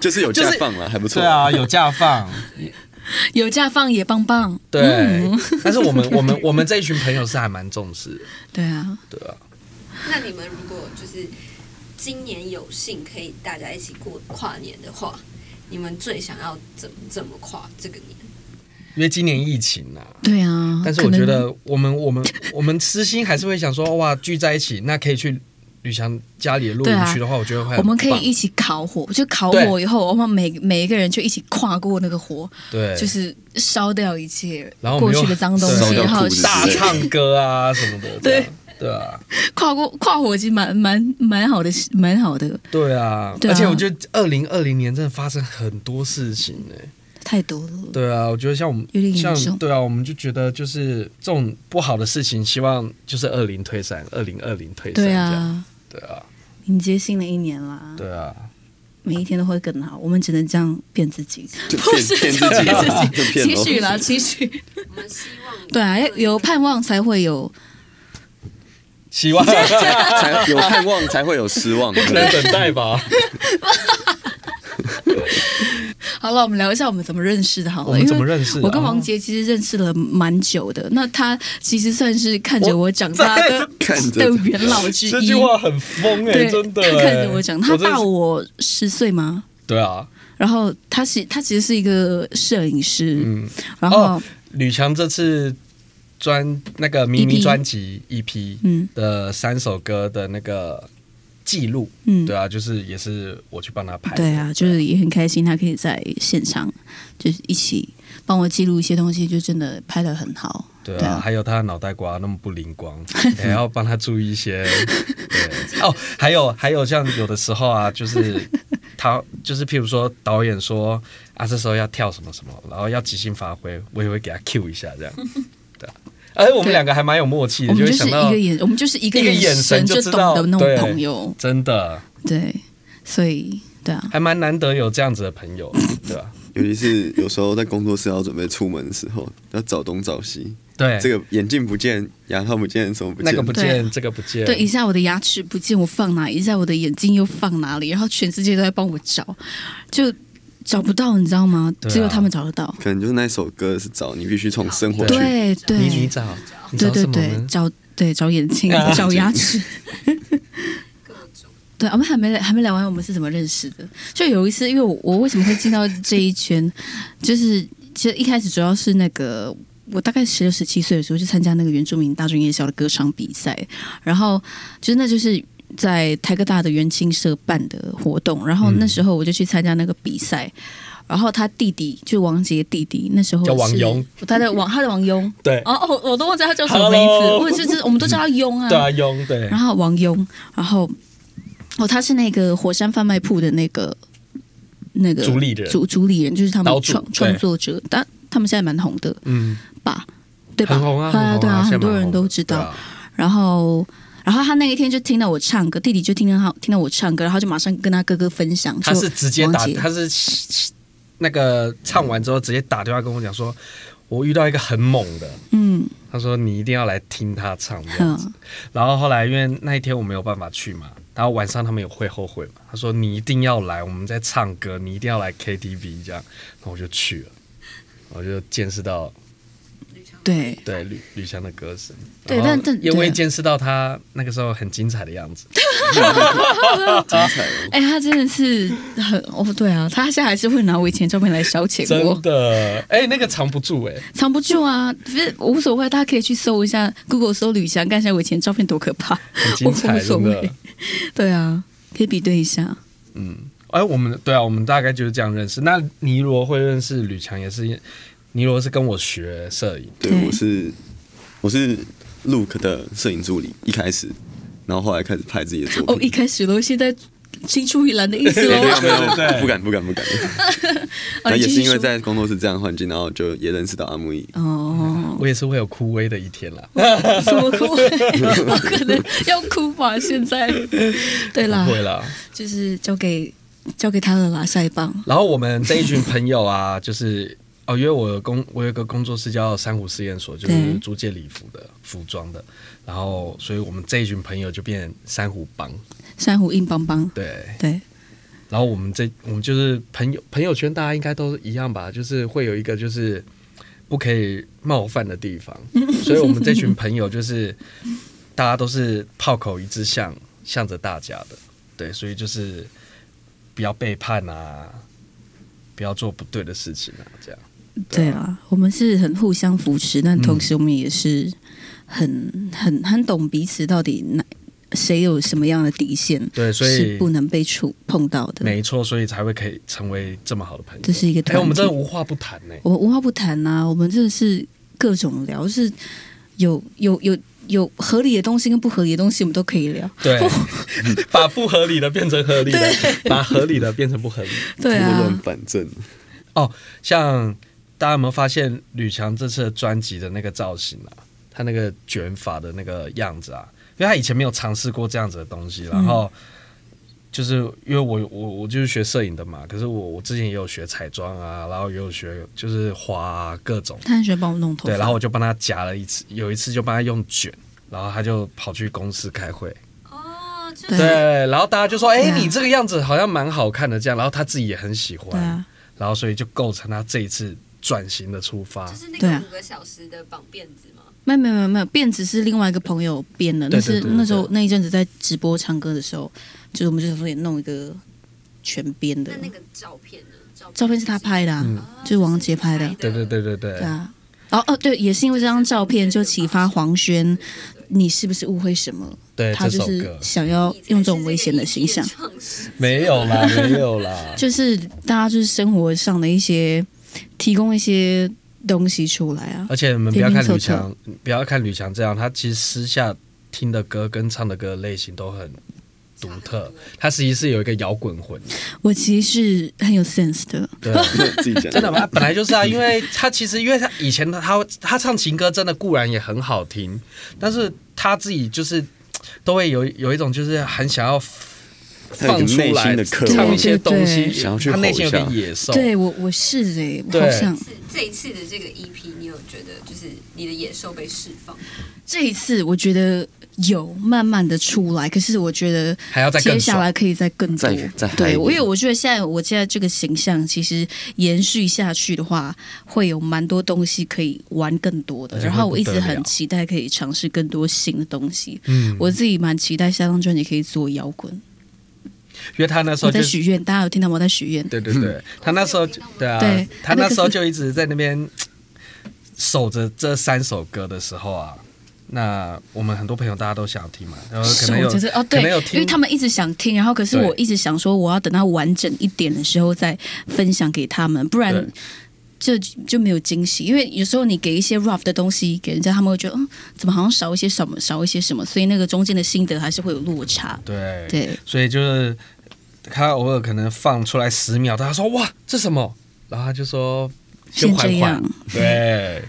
[SPEAKER 3] 就是有假放 了，还不 错。
[SPEAKER 2] 对啊，有假放，
[SPEAKER 1] 有假放也棒棒。
[SPEAKER 2] 对，
[SPEAKER 1] 嗯
[SPEAKER 2] 但是我们我们我们这一群朋友是还蛮重视的，
[SPEAKER 1] 对啊，
[SPEAKER 2] 对啊，
[SPEAKER 4] 那你们如果就是今年有幸可以大家一起过跨年的话，你们最想要怎么怎么跨这个年？
[SPEAKER 2] 因为今年疫情啊。
[SPEAKER 1] 对啊。
[SPEAKER 2] 但是
[SPEAKER 1] 可
[SPEAKER 2] 我
[SPEAKER 1] 能
[SPEAKER 2] 觉得我们我们我们私心还是会想说，哇，聚在一起，那可以去吕翔家里的露
[SPEAKER 1] 对啊
[SPEAKER 2] 营区的话，我觉得会很
[SPEAKER 1] 我们可以
[SPEAKER 2] 棒
[SPEAKER 1] 一起烤火，就烤火
[SPEAKER 2] 对
[SPEAKER 1] 以后，我们每每一个人就一起跨过那个火，
[SPEAKER 2] 对，
[SPEAKER 1] 就是烧掉一切
[SPEAKER 2] 然后我
[SPEAKER 1] 过
[SPEAKER 2] 们又
[SPEAKER 1] 去的脏东
[SPEAKER 3] 烧
[SPEAKER 1] 西，
[SPEAKER 3] 掉
[SPEAKER 1] 然后
[SPEAKER 3] 裤子
[SPEAKER 2] 大
[SPEAKER 1] 是
[SPEAKER 2] 唱歌啊什么的，
[SPEAKER 1] 对
[SPEAKER 2] 这样对啊，
[SPEAKER 1] 跨过跨火，其实蛮蛮蛮好的，蛮好的，
[SPEAKER 2] 对啊，
[SPEAKER 1] 对啊
[SPEAKER 2] 而且我觉得二零二零年真的发生很多事情呢、
[SPEAKER 1] 太多了。
[SPEAKER 2] 对啊，我觉得像我们
[SPEAKER 1] 有点严
[SPEAKER 2] 像
[SPEAKER 1] 重
[SPEAKER 2] 对啊，我们就觉得就是这种不好的事情，希望就是二零退散，二零二零退散这
[SPEAKER 1] 对
[SPEAKER 2] 样，
[SPEAKER 1] 啊，
[SPEAKER 2] 对啊，
[SPEAKER 1] 迎接新的一年啦，
[SPEAKER 2] 对啊，
[SPEAKER 1] 每一天都会更好，我们只能这样骗自己，
[SPEAKER 3] 就 骗骗自己 啊，就骗
[SPEAKER 1] 期
[SPEAKER 3] 咯
[SPEAKER 1] 许啦，期许。
[SPEAKER 4] 我们希望
[SPEAKER 1] 对啊，要有盼望才会有，
[SPEAKER 2] 希望
[SPEAKER 3] 才有盼望，才会有失望。
[SPEAKER 2] 不能等待吧。
[SPEAKER 1] 好了，我们聊一下我们怎么认识的好
[SPEAKER 2] 我
[SPEAKER 1] 了。
[SPEAKER 2] 们
[SPEAKER 1] 因
[SPEAKER 2] 怎
[SPEAKER 1] 为
[SPEAKER 2] 么认识的啊哦
[SPEAKER 1] 我跟王杰其实认识了蛮久的，那他其实算是看着我长大 的
[SPEAKER 3] 看着
[SPEAKER 1] 的元老之一。
[SPEAKER 2] 这句话很疯哎、
[SPEAKER 1] 对，
[SPEAKER 2] 真的、
[SPEAKER 1] 他
[SPEAKER 2] 欸。
[SPEAKER 1] 看着我长，他
[SPEAKER 2] 真的
[SPEAKER 1] 大
[SPEAKER 2] 是
[SPEAKER 1] 我十岁吗？
[SPEAKER 2] 对啊，
[SPEAKER 1] 然后他是他其实是一个摄影师，
[SPEAKER 2] 嗯。
[SPEAKER 1] 然后、
[SPEAKER 2] 哦吕强这次专那个迷
[SPEAKER 1] EP
[SPEAKER 2] 你专辑 EP
[SPEAKER 1] E 嗯
[SPEAKER 2] 的三首歌的那个记录，
[SPEAKER 1] 嗯
[SPEAKER 2] 对啊，就是也是我去帮他拍的，
[SPEAKER 1] 对啊，就是也很开心，他可以在现场就是一起帮我记录一些东西，就真的拍的很好。
[SPEAKER 2] 对
[SPEAKER 1] 对
[SPEAKER 2] 啊
[SPEAKER 1] 啊，
[SPEAKER 2] 还有他的脑袋瓜那么不 灵光，也要帮他注意一些。对哦，还有还有，像有的时候啊，就是 他就是譬如说导演说啊，这时候要跳什么什么，然后要即兴发挥，我也会给他 cue 一下 这样。对啊，哎，我们
[SPEAKER 1] 对
[SPEAKER 2] 两个还蛮有默契
[SPEAKER 1] 我
[SPEAKER 2] 的，
[SPEAKER 1] 们
[SPEAKER 2] 会
[SPEAKER 1] 就是
[SPEAKER 2] 想
[SPEAKER 1] 一
[SPEAKER 2] 到
[SPEAKER 1] 个眼，我们就是一个
[SPEAKER 2] 一个眼
[SPEAKER 1] 神
[SPEAKER 2] 神
[SPEAKER 1] 就
[SPEAKER 2] 就
[SPEAKER 1] 懂
[SPEAKER 2] 知道
[SPEAKER 1] 得那种
[SPEAKER 2] 对
[SPEAKER 1] 朋友，
[SPEAKER 2] 真的
[SPEAKER 1] 对，所以对啊，
[SPEAKER 2] 还蛮难得有这样子的朋 友，对啊吧？
[SPEAKER 3] 尤其是有时候在工作室要准备出门的时候，要找东找西，
[SPEAKER 2] 对，
[SPEAKER 3] 这个眼镜不见，牙套不见，什么不
[SPEAKER 2] 那
[SPEAKER 3] 见，
[SPEAKER 2] 个不
[SPEAKER 1] 对
[SPEAKER 2] 见，这个不见，
[SPEAKER 1] 对，一下我的牙齿不见，我放哪？一下我的眼睛又放哪里？然后全世界都在帮我找，就找不到，你知道吗？
[SPEAKER 2] 对啊
[SPEAKER 1] 只有他们找得到。
[SPEAKER 3] 可能就是那首歌是找你必须从生活去，
[SPEAKER 1] 对
[SPEAKER 2] 你你
[SPEAKER 1] 对
[SPEAKER 2] 找，你
[SPEAKER 1] 对
[SPEAKER 2] 找
[SPEAKER 1] 对
[SPEAKER 2] 什么
[SPEAKER 1] 对，
[SPEAKER 2] 呢？
[SPEAKER 1] 找对找眼睛，
[SPEAKER 2] 啊
[SPEAKER 1] 找牙齿。
[SPEAKER 4] 各种
[SPEAKER 1] 对，啊我们还没还没聊完，我们是怎么认识的？就有一次，因为我我为什么会进到这一圈，就是其实一开始主要是那个。我大概十六、十七岁的时候去参加那个原住民大专夜校的歌唱比赛，然后就是那就是在台科大的元青社办的活动，然后那
[SPEAKER 2] 嗯
[SPEAKER 1] 时候我就去参加那个比赛，然后他弟弟就王杰弟弟，那时候
[SPEAKER 2] 叫王
[SPEAKER 1] 是
[SPEAKER 2] 庸，
[SPEAKER 1] 他的王他的王庸，
[SPEAKER 2] 对
[SPEAKER 1] 哦哦，我都忘记他叫什么名字，
[SPEAKER 2] Hello
[SPEAKER 1] 我就是我们都叫他庸
[SPEAKER 2] 对啊，庸对
[SPEAKER 1] 然后王庸，然后哦，他是那个火山贩卖铺的那个那个
[SPEAKER 2] 主理人
[SPEAKER 1] 主主理人，就是他
[SPEAKER 2] 岛
[SPEAKER 1] 们
[SPEAKER 2] 主
[SPEAKER 1] 创
[SPEAKER 2] 对
[SPEAKER 1] 创作者，但他们现在蛮红的
[SPEAKER 2] 嗯，
[SPEAKER 1] 吧？对吧？
[SPEAKER 2] 很红啊，
[SPEAKER 1] 啊，对
[SPEAKER 2] 红
[SPEAKER 1] 啊，
[SPEAKER 2] 现在
[SPEAKER 1] 很多
[SPEAKER 2] 蛮
[SPEAKER 1] 人
[SPEAKER 2] 红的
[SPEAKER 1] 都知道。
[SPEAKER 2] 对啊
[SPEAKER 1] 然后，然后他那一天就听到我唱歌，弟弟就听到他听到我唱歌，然后就马上跟他哥哥分享，
[SPEAKER 2] 他
[SPEAKER 1] 说
[SPEAKER 2] 是直接打
[SPEAKER 1] 王，杰
[SPEAKER 2] 他是那个唱完之后直接打电话跟我讲说，我遇到一个很猛的，
[SPEAKER 1] 嗯，
[SPEAKER 2] 他说你一定要来听他唱这样子
[SPEAKER 1] 哼。
[SPEAKER 2] 然后后来因为那一天我没有办法去嘛，然后晚上他们也会后悔嘛，他说你一定要来，我们在唱歌，你一定要来 KTV 这样，然后我就去了，我就见识到
[SPEAKER 1] 对，
[SPEAKER 2] 对吕吕翔的歌声，
[SPEAKER 1] 对
[SPEAKER 2] 然后
[SPEAKER 1] 但但
[SPEAKER 2] 也
[SPEAKER 1] 对
[SPEAKER 2] 我也见识到他那个时候很精彩的样子，
[SPEAKER 3] 精彩哦！
[SPEAKER 1] 哎，他真的是很哦，对啊，他现在还是会拿我以前照片来消遣我
[SPEAKER 2] 真，的，哎、那个藏不住哎、
[SPEAKER 1] 藏不住啊，不是无所谓，大家可以去搜一下 Google 搜吕翔，看一下我以前照片多可怕，
[SPEAKER 2] 很精彩，
[SPEAKER 1] 我无所
[SPEAKER 2] 真的
[SPEAKER 1] 谓，对啊，可以比对一下，
[SPEAKER 2] 嗯，哎，我们对啊，我们大概就是这样认识。那尼罗会认识吕强也是因，尼罗是跟我学摄影，
[SPEAKER 3] 对，我是我是 Look 的摄影助理，一开始，然后后来开始拍自己的作
[SPEAKER 1] 哦，一
[SPEAKER 3] 品。
[SPEAKER 1] 开始喽，现在青出于蓝的意思
[SPEAKER 3] 对
[SPEAKER 1] 喽
[SPEAKER 3] 没，有没有
[SPEAKER 2] 对对
[SPEAKER 3] 不敢不敢不敢。
[SPEAKER 1] 哦
[SPEAKER 3] 那
[SPEAKER 1] 你
[SPEAKER 3] 也
[SPEAKER 1] 继
[SPEAKER 3] 是
[SPEAKER 1] 续
[SPEAKER 3] 因为
[SPEAKER 1] 说
[SPEAKER 3] 在工作室这样的环境，然后就也认识到阿木伊。
[SPEAKER 1] 哦，
[SPEAKER 2] 我也是会有枯萎的一天啦。
[SPEAKER 1] 怎么哭？ 我可能要哭吧，现在，对啦
[SPEAKER 2] 不，会啦。
[SPEAKER 1] 就是交给交给他了啦，下一棒，
[SPEAKER 2] 然后我们这一群朋友啊，就是哦，因为我有工我有个工作室叫珊瑚试验所，就是
[SPEAKER 1] 对
[SPEAKER 2] 租借礼服的服装的。然后，所以我们这一群朋友就变珊瑚帮，
[SPEAKER 1] 珊瑚硬邦邦，
[SPEAKER 2] 对。
[SPEAKER 1] 对，
[SPEAKER 2] 然后我们这我们就是朋友朋友圈，大家应该都一样吧，就是会有一个就是不可以冒犯的地方，所以我们这群朋友就是大家都是炮口一致向向着大家的，对，所以就是不要背叛啊，不要做不对的事情啊，嗯这样
[SPEAKER 1] 对啦，我们是很互相扶持，但同时我们也是很、很很懂彼此到底哪谁有什么样的底线，
[SPEAKER 2] 对，所以
[SPEAKER 1] 是不能被触碰到的。
[SPEAKER 2] 没错，所以才会可以成为这么好的朋友。
[SPEAKER 1] 这是一个团
[SPEAKER 2] 哎，
[SPEAKER 1] 体
[SPEAKER 2] 我们真的无话不谈呢、
[SPEAKER 1] 我们无话不谈呐、我们真的是各种聊，是有有有有合理的东西跟不合理的东西，我们都可以聊。
[SPEAKER 2] 对， 把不合理的变成合理的，把合理的变成不合理的。
[SPEAKER 1] 对
[SPEAKER 3] 通过论
[SPEAKER 1] 啊，
[SPEAKER 3] 反正，
[SPEAKER 2] 像大家有没有发现吕强这次的专辑的那个造型啊，他那个卷发的那个样子啊，因为他以前没有尝试过这样子的东
[SPEAKER 1] 嗯
[SPEAKER 2] 西，然后就是因为我我我就是学摄影的嘛，可是我我之前也有学彩妆啊，然后也有学就是花啊各种，
[SPEAKER 1] 他很喜欢帮我弄头发，
[SPEAKER 2] 对，然后我就帮他夹了一次，有一次就帮他用卷。然后他就跑去公司开会，
[SPEAKER 4] 哦，就
[SPEAKER 1] 对
[SPEAKER 4] 是
[SPEAKER 2] 对，啊然后大家就说：“哎、
[SPEAKER 1] 嗯对啊
[SPEAKER 2] 你这个样子好像蛮好看的，这样。”然后他自己也很喜欢，
[SPEAKER 1] 对啊，
[SPEAKER 2] 然后所以就构成他这一次转型的出发。
[SPEAKER 4] 就是那
[SPEAKER 1] 对啊
[SPEAKER 4] 个五个小时的绑辫子嘛，
[SPEAKER 1] 没有没有没有没有，辫子是另外一个朋友编的，
[SPEAKER 2] 对
[SPEAKER 1] 那
[SPEAKER 2] 对
[SPEAKER 1] 是
[SPEAKER 2] 对对
[SPEAKER 1] 那时候
[SPEAKER 2] 对
[SPEAKER 1] 那一阵子在直播唱歌的时候，就是我们就想说也弄一个全编的
[SPEAKER 4] 那那个照片呢？照
[SPEAKER 1] 照片是他拍的、啊，
[SPEAKER 2] 嗯
[SPEAKER 4] 哦
[SPEAKER 1] 就是王杰拍的
[SPEAKER 2] 对对，对对对，
[SPEAKER 1] 对啊。哦哦，对，也是因为这张照片就启发黄轩，你是不是误会什么？
[SPEAKER 2] 对
[SPEAKER 1] 他
[SPEAKER 2] 这
[SPEAKER 1] 就
[SPEAKER 2] 首
[SPEAKER 1] 是
[SPEAKER 2] 歌
[SPEAKER 1] 想要 用这种危险的形象，
[SPEAKER 2] 没有 啦，没有啦，
[SPEAKER 1] 就是大家就是生活上的一些提供一些东西出来啊。
[SPEAKER 2] 而且你们不要看吕
[SPEAKER 1] 拼拼凑凑
[SPEAKER 2] 强，不要看吕强这样，他其实私下听的歌跟唱的歌类型都很独特，他实际是有一个摇滚魂，
[SPEAKER 1] 我其实是很有 sense 的，
[SPEAKER 2] 对。啊
[SPEAKER 3] 自己讲
[SPEAKER 2] 真的吗？他本来就是啊，因为他其实，因为他以前他他他唱情歌真的固然也很好听，但是他自己就是都会有有一种就是很想要
[SPEAKER 3] 他有
[SPEAKER 2] 放
[SPEAKER 3] 一个
[SPEAKER 2] 出
[SPEAKER 3] 内
[SPEAKER 2] 来
[SPEAKER 3] 心的渴
[SPEAKER 2] 唱一
[SPEAKER 3] 望，
[SPEAKER 2] 些东
[SPEAKER 1] 对
[SPEAKER 2] 西，
[SPEAKER 3] 想要去
[SPEAKER 2] 他内
[SPEAKER 3] 吼
[SPEAKER 2] 心有
[SPEAKER 3] 一下
[SPEAKER 2] 个野兽，
[SPEAKER 1] 对我我是哎、我好
[SPEAKER 2] 对
[SPEAKER 1] 像
[SPEAKER 4] 是这一次的这个 EP，你有觉得就是你的野兽被释放？
[SPEAKER 1] 这一次我觉得有慢慢的出来，可是我觉得
[SPEAKER 2] 还要再更
[SPEAKER 1] 接下
[SPEAKER 2] 爽。
[SPEAKER 1] 来可以再更多
[SPEAKER 3] 再再嗨一点
[SPEAKER 1] 对，我因为我觉得现在我现在这个形象其实延续下去的话，会有蛮多东西可以玩更多的
[SPEAKER 2] 而。且会
[SPEAKER 1] 然后我一直
[SPEAKER 2] 不得了
[SPEAKER 1] 很期待可以尝试更多新的东西。
[SPEAKER 2] 嗯，
[SPEAKER 1] 我自己蛮期待下张专辑可以做摇滚。
[SPEAKER 2] 因为他那时
[SPEAKER 1] 我
[SPEAKER 2] 候
[SPEAKER 1] 在
[SPEAKER 2] 就是
[SPEAKER 1] 许愿，大家有听到吗我在许愿？
[SPEAKER 2] 对对对，他那时候就对啊
[SPEAKER 1] 对，
[SPEAKER 2] 他那时候
[SPEAKER 1] 那个是
[SPEAKER 2] 就一直在那边守着这三首歌的时候啊，那我们很多朋友大家都想听嘛，然后呃可能有
[SPEAKER 1] 就是哦，
[SPEAKER 2] 可
[SPEAKER 1] 对
[SPEAKER 2] 能有，
[SPEAKER 1] 因
[SPEAKER 2] 听
[SPEAKER 1] 为他们一直想听，然后可是
[SPEAKER 2] 对
[SPEAKER 1] 我一直想说，我要等它完整一点的时候再分享给他们，不
[SPEAKER 2] 对
[SPEAKER 1] 然这就就没有惊喜。因为有时候你给一些 rough 的东西给人家，他们会觉得嗯，怎么好像少一些什么，少一些什么，所以那个中间的心得还是会有落差。
[SPEAKER 2] 对
[SPEAKER 1] 对，
[SPEAKER 2] 所以就是他偶尔可能放出来十秒，大家说哇这什么，然后他就说先
[SPEAKER 1] 先
[SPEAKER 2] 缓
[SPEAKER 1] 这
[SPEAKER 2] 缓
[SPEAKER 1] 样，，
[SPEAKER 2] 对。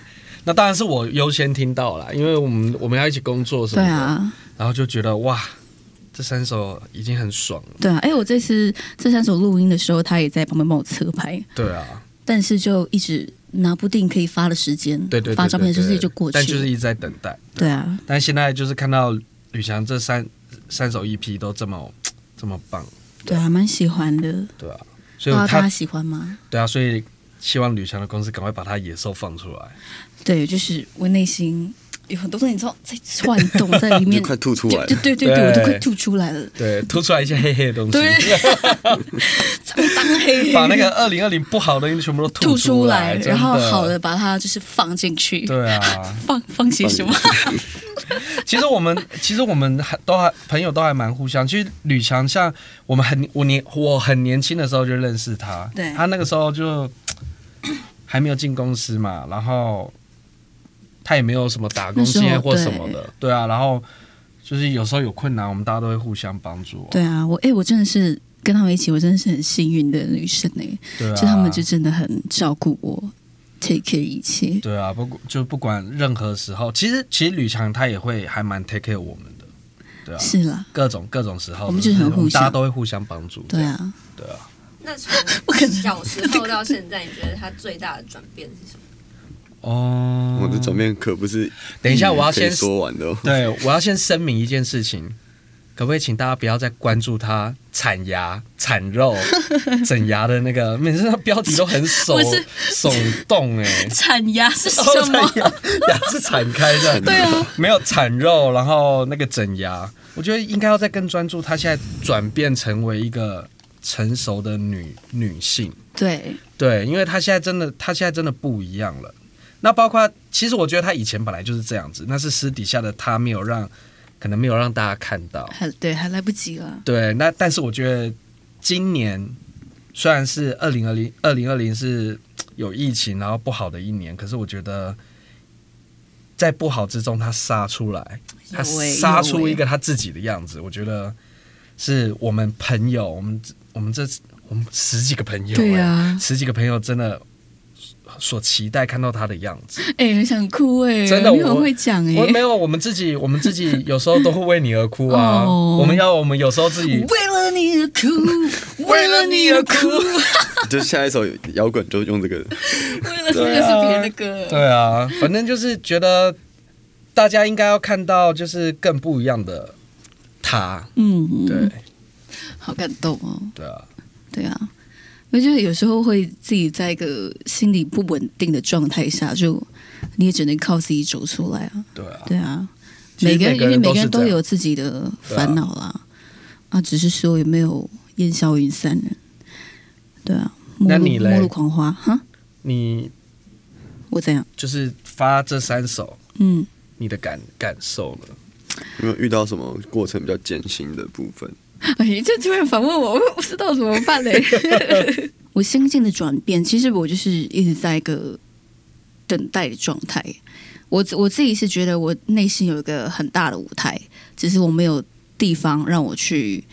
[SPEAKER 2] 那当然是我优先听到啦，因为我们我们要一起工作什么
[SPEAKER 1] 对
[SPEAKER 2] 的，
[SPEAKER 1] 啊，
[SPEAKER 2] 然后就觉得哇，这三首已经很爽了，
[SPEAKER 1] 对啊。哎，我这次这三首录音的时候，他也在旁边帮我侧拍，
[SPEAKER 2] 对啊，
[SPEAKER 1] 但是就一直拿不定可以发的时间，
[SPEAKER 2] 对对对对
[SPEAKER 1] 发照片的时
[SPEAKER 2] 对
[SPEAKER 1] 间
[SPEAKER 2] 对
[SPEAKER 1] 就过去了，
[SPEAKER 2] 但就是一直在等待。
[SPEAKER 1] 对啊，
[SPEAKER 2] 但现在就是看到吕翔这三三首 EP 都这么这么棒，
[SPEAKER 1] 对啊，蛮喜欢的，
[SPEAKER 2] 对啊，
[SPEAKER 1] 不知
[SPEAKER 2] 所以
[SPEAKER 1] 道大家
[SPEAKER 2] 他
[SPEAKER 1] 喜欢吗？
[SPEAKER 2] 对啊，所以希望吕翔的公司赶快把他野兽放出来。
[SPEAKER 1] 对，就是我内心有很多东西，你知道在窜动在里
[SPEAKER 3] 你
[SPEAKER 1] 面，
[SPEAKER 3] 就快吐出来
[SPEAKER 1] 就
[SPEAKER 3] 了。
[SPEAKER 1] 对对对，我都
[SPEAKER 2] 对
[SPEAKER 1] 快吐出来了，
[SPEAKER 2] 对，吐出来一些黑黑的东
[SPEAKER 1] 对
[SPEAKER 2] 西，
[SPEAKER 1] 脏脏黑黑，
[SPEAKER 2] 把那个二零二零不好的东西全部都
[SPEAKER 1] 吐
[SPEAKER 2] 出
[SPEAKER 1] 出来，
[SPEAKER 2] 真
[SPEAKER 1] 然后好的。把它就是放进去，
[SPEAKER 2] 对啊，
[SPEAKER 1] 放放些什么？
[SPEAKER 2] 其实我们 其实我们还都还朋友都还蛮互相。其实吕强像我们很我年我很年轻的时候就认识他，
[SPEAKER 1] 对
[SPEAKER 2] 他那个时候 就还没有进公司嘛，然后他也没有什么打工
[SPEAKER 1] 那时
[SPEAKER 2] 经
[SPEAKER 1] 候
[SPEAKER 2] 验或什么的，对啊，然后就是有时候有困难，我们大家都会互相帮助，
[SPEAKER 1] 对啊，我哎、我真的是跟他们一起，我真的是很幸运的女生哎、
[SPEAKER 2] 对啊，
[SPEAKER 1] 就他们就真的很照顾我，take care 一切。
[SPEAKER 2] 对啊，不管就不管任何时候，其实其实吕强他也会还蛮 take care 我们的，对啊，
[SPEAKER 1] 是啦，
[SPEAKER 2] 各种各种时候，
[SPEAKER 1] 我们就是很互相
[SPEAKER 2] 大家都会互相帮助，
[SPEAKER 1] 对，啊，
[SPEAKER 2] 对啊。
[SPEAKER 4] 那从小时候到现在，你觉得他最大的转变是什么？
[SPEAKER 2] 哦，
[SPEAKER 3] 我的转变可不是
[SPEAKER 2] 等一下，我要
[SPEAKER 3] 可以
[SPEAKER 2] 先
[SPEAKER 3] 说完的、哦。
[SPEAKER 2] 对，我要先声明一件事情，可不可以请大家不要再关注他产牙、产 肉、整牙的那个，每次他标题都很手
[SPEAKER 1] 我是。
[SPEAKER 2] 耸动哎、欸
[SPEAKER 1] 产牙是 什
[SPEAKER 2] 哦产
[SPEAKER 1] 么？
[SPEAKER 2] 牙牙是铲开的，
[SPEAKER 3] 对
[SPEAKER 1] 啊，
[SPEAKER 2] 没有产肉，然后那个整牙，我觉得应该要再更专注。她现在转变成为一个成熟的女女性，
[SPEAKER 1] 对，
[SPEAKER 2] 对，因为他现在真的，他现在真的不一样了。那包括，其实我觉得他以前本来就是这样子，那是私底下的他没有让，可能没有让大家看到。
[SPEAKER 1] 还对还来不及了。
[SPEAKER 2] 对，那但是我觉得今年虽然是二零二零二零二零是有疫情，然后不好的一年，可是我觉得在不好之中，他杀出来，他
[SPEAKER 1] 有欸
[SPEAKER 2] 杀
[SPEAKER 1] 有
[SPEAKER 2] 出
[SPEAKER 1] 欸
[SPEAKER 2] 一个他自己的样子，我觉得是我们朋友，我们我们这我们十几个朋友、欸，
[SPEAKER 1] 对啊，
[SPEAKER 2] 十几个朋友真的所期待看到他的样子。
[SPEAKER 1] 哎、很想哭哎、
[SPEAKER 2] 真的
[SPEAKER 1] 你很
[SPEAKER 2] 我
[SPEAKER 1] 会讲哎、
[SPEAKER 2] 我没有，我们自己，我们自己有时候都会为你而哭 啊。
[SPEAKER 1] 哦
[SPEAKER 2] 我们要，我们有时候自己
[SPEAKER 1] 为了你而 哭，为了你而哭，
[SPEAKER 3] 就下一首摇滚就用这个，
[SPEAKER 1] 为了这个是别人的歌。
[SPEAKER 2] 对啊，反正就是觉得大家应该要看到就是更不一样的他。
[SPEAKER 1] 嗯，
[SPEAKER 2] 对，
[SPEAKER 1] 好感动哦。
[SPEAKER 2] 对啊，
[SPEAKER 1] 对啊，我觉得有时候会自己在一个心理不稳定的状态下，就你也只能靠自己走出来啊。
[SPEAKER 2] 对啊，
[SPEAKER 1] 对啊，
[SPEAKER 2] 其实
[SPEAKER 1] 每个人
[SPEAKER 2] 每个
[SPEAKER 1] 因为
[SPEAKER 2] 人
[SPEAKER 1] 每
[SPEAKER 2] 都
[SPEAKER 1] 个人
[SPEAKER 2] 是这
[SPEAKER 1] 都
[SPEAKER 2] 样
[SPEAKER 1] 有自己的烦恼啦，啊只是说有没有烟消云散呢？对啊，末
[SPEAKER 2] 那
[SPEAKER 1] 路
[SPEAKER 2] 你嘞
[SPEAKER 1] 末路狂花哈，
[SPEAKER 2] 你
[SPEAKER 1] 我怎样？
[SPEAKER 2] 就是发这三首，
[SPEAKER 1] 嗯，
[SPEAKER 2] 你的感感受了。
[SPEAKER 3] 有没有遇到什么过程比较艰辛的部分？
[SPEAKER 1] 哎，这突然反问我，我也不知道怎么办嘞。我心境的转变，其实我就是一直在一个等待的状态。我我自己是觉得我内心有一个很大的舞台，只是我没有地方让我去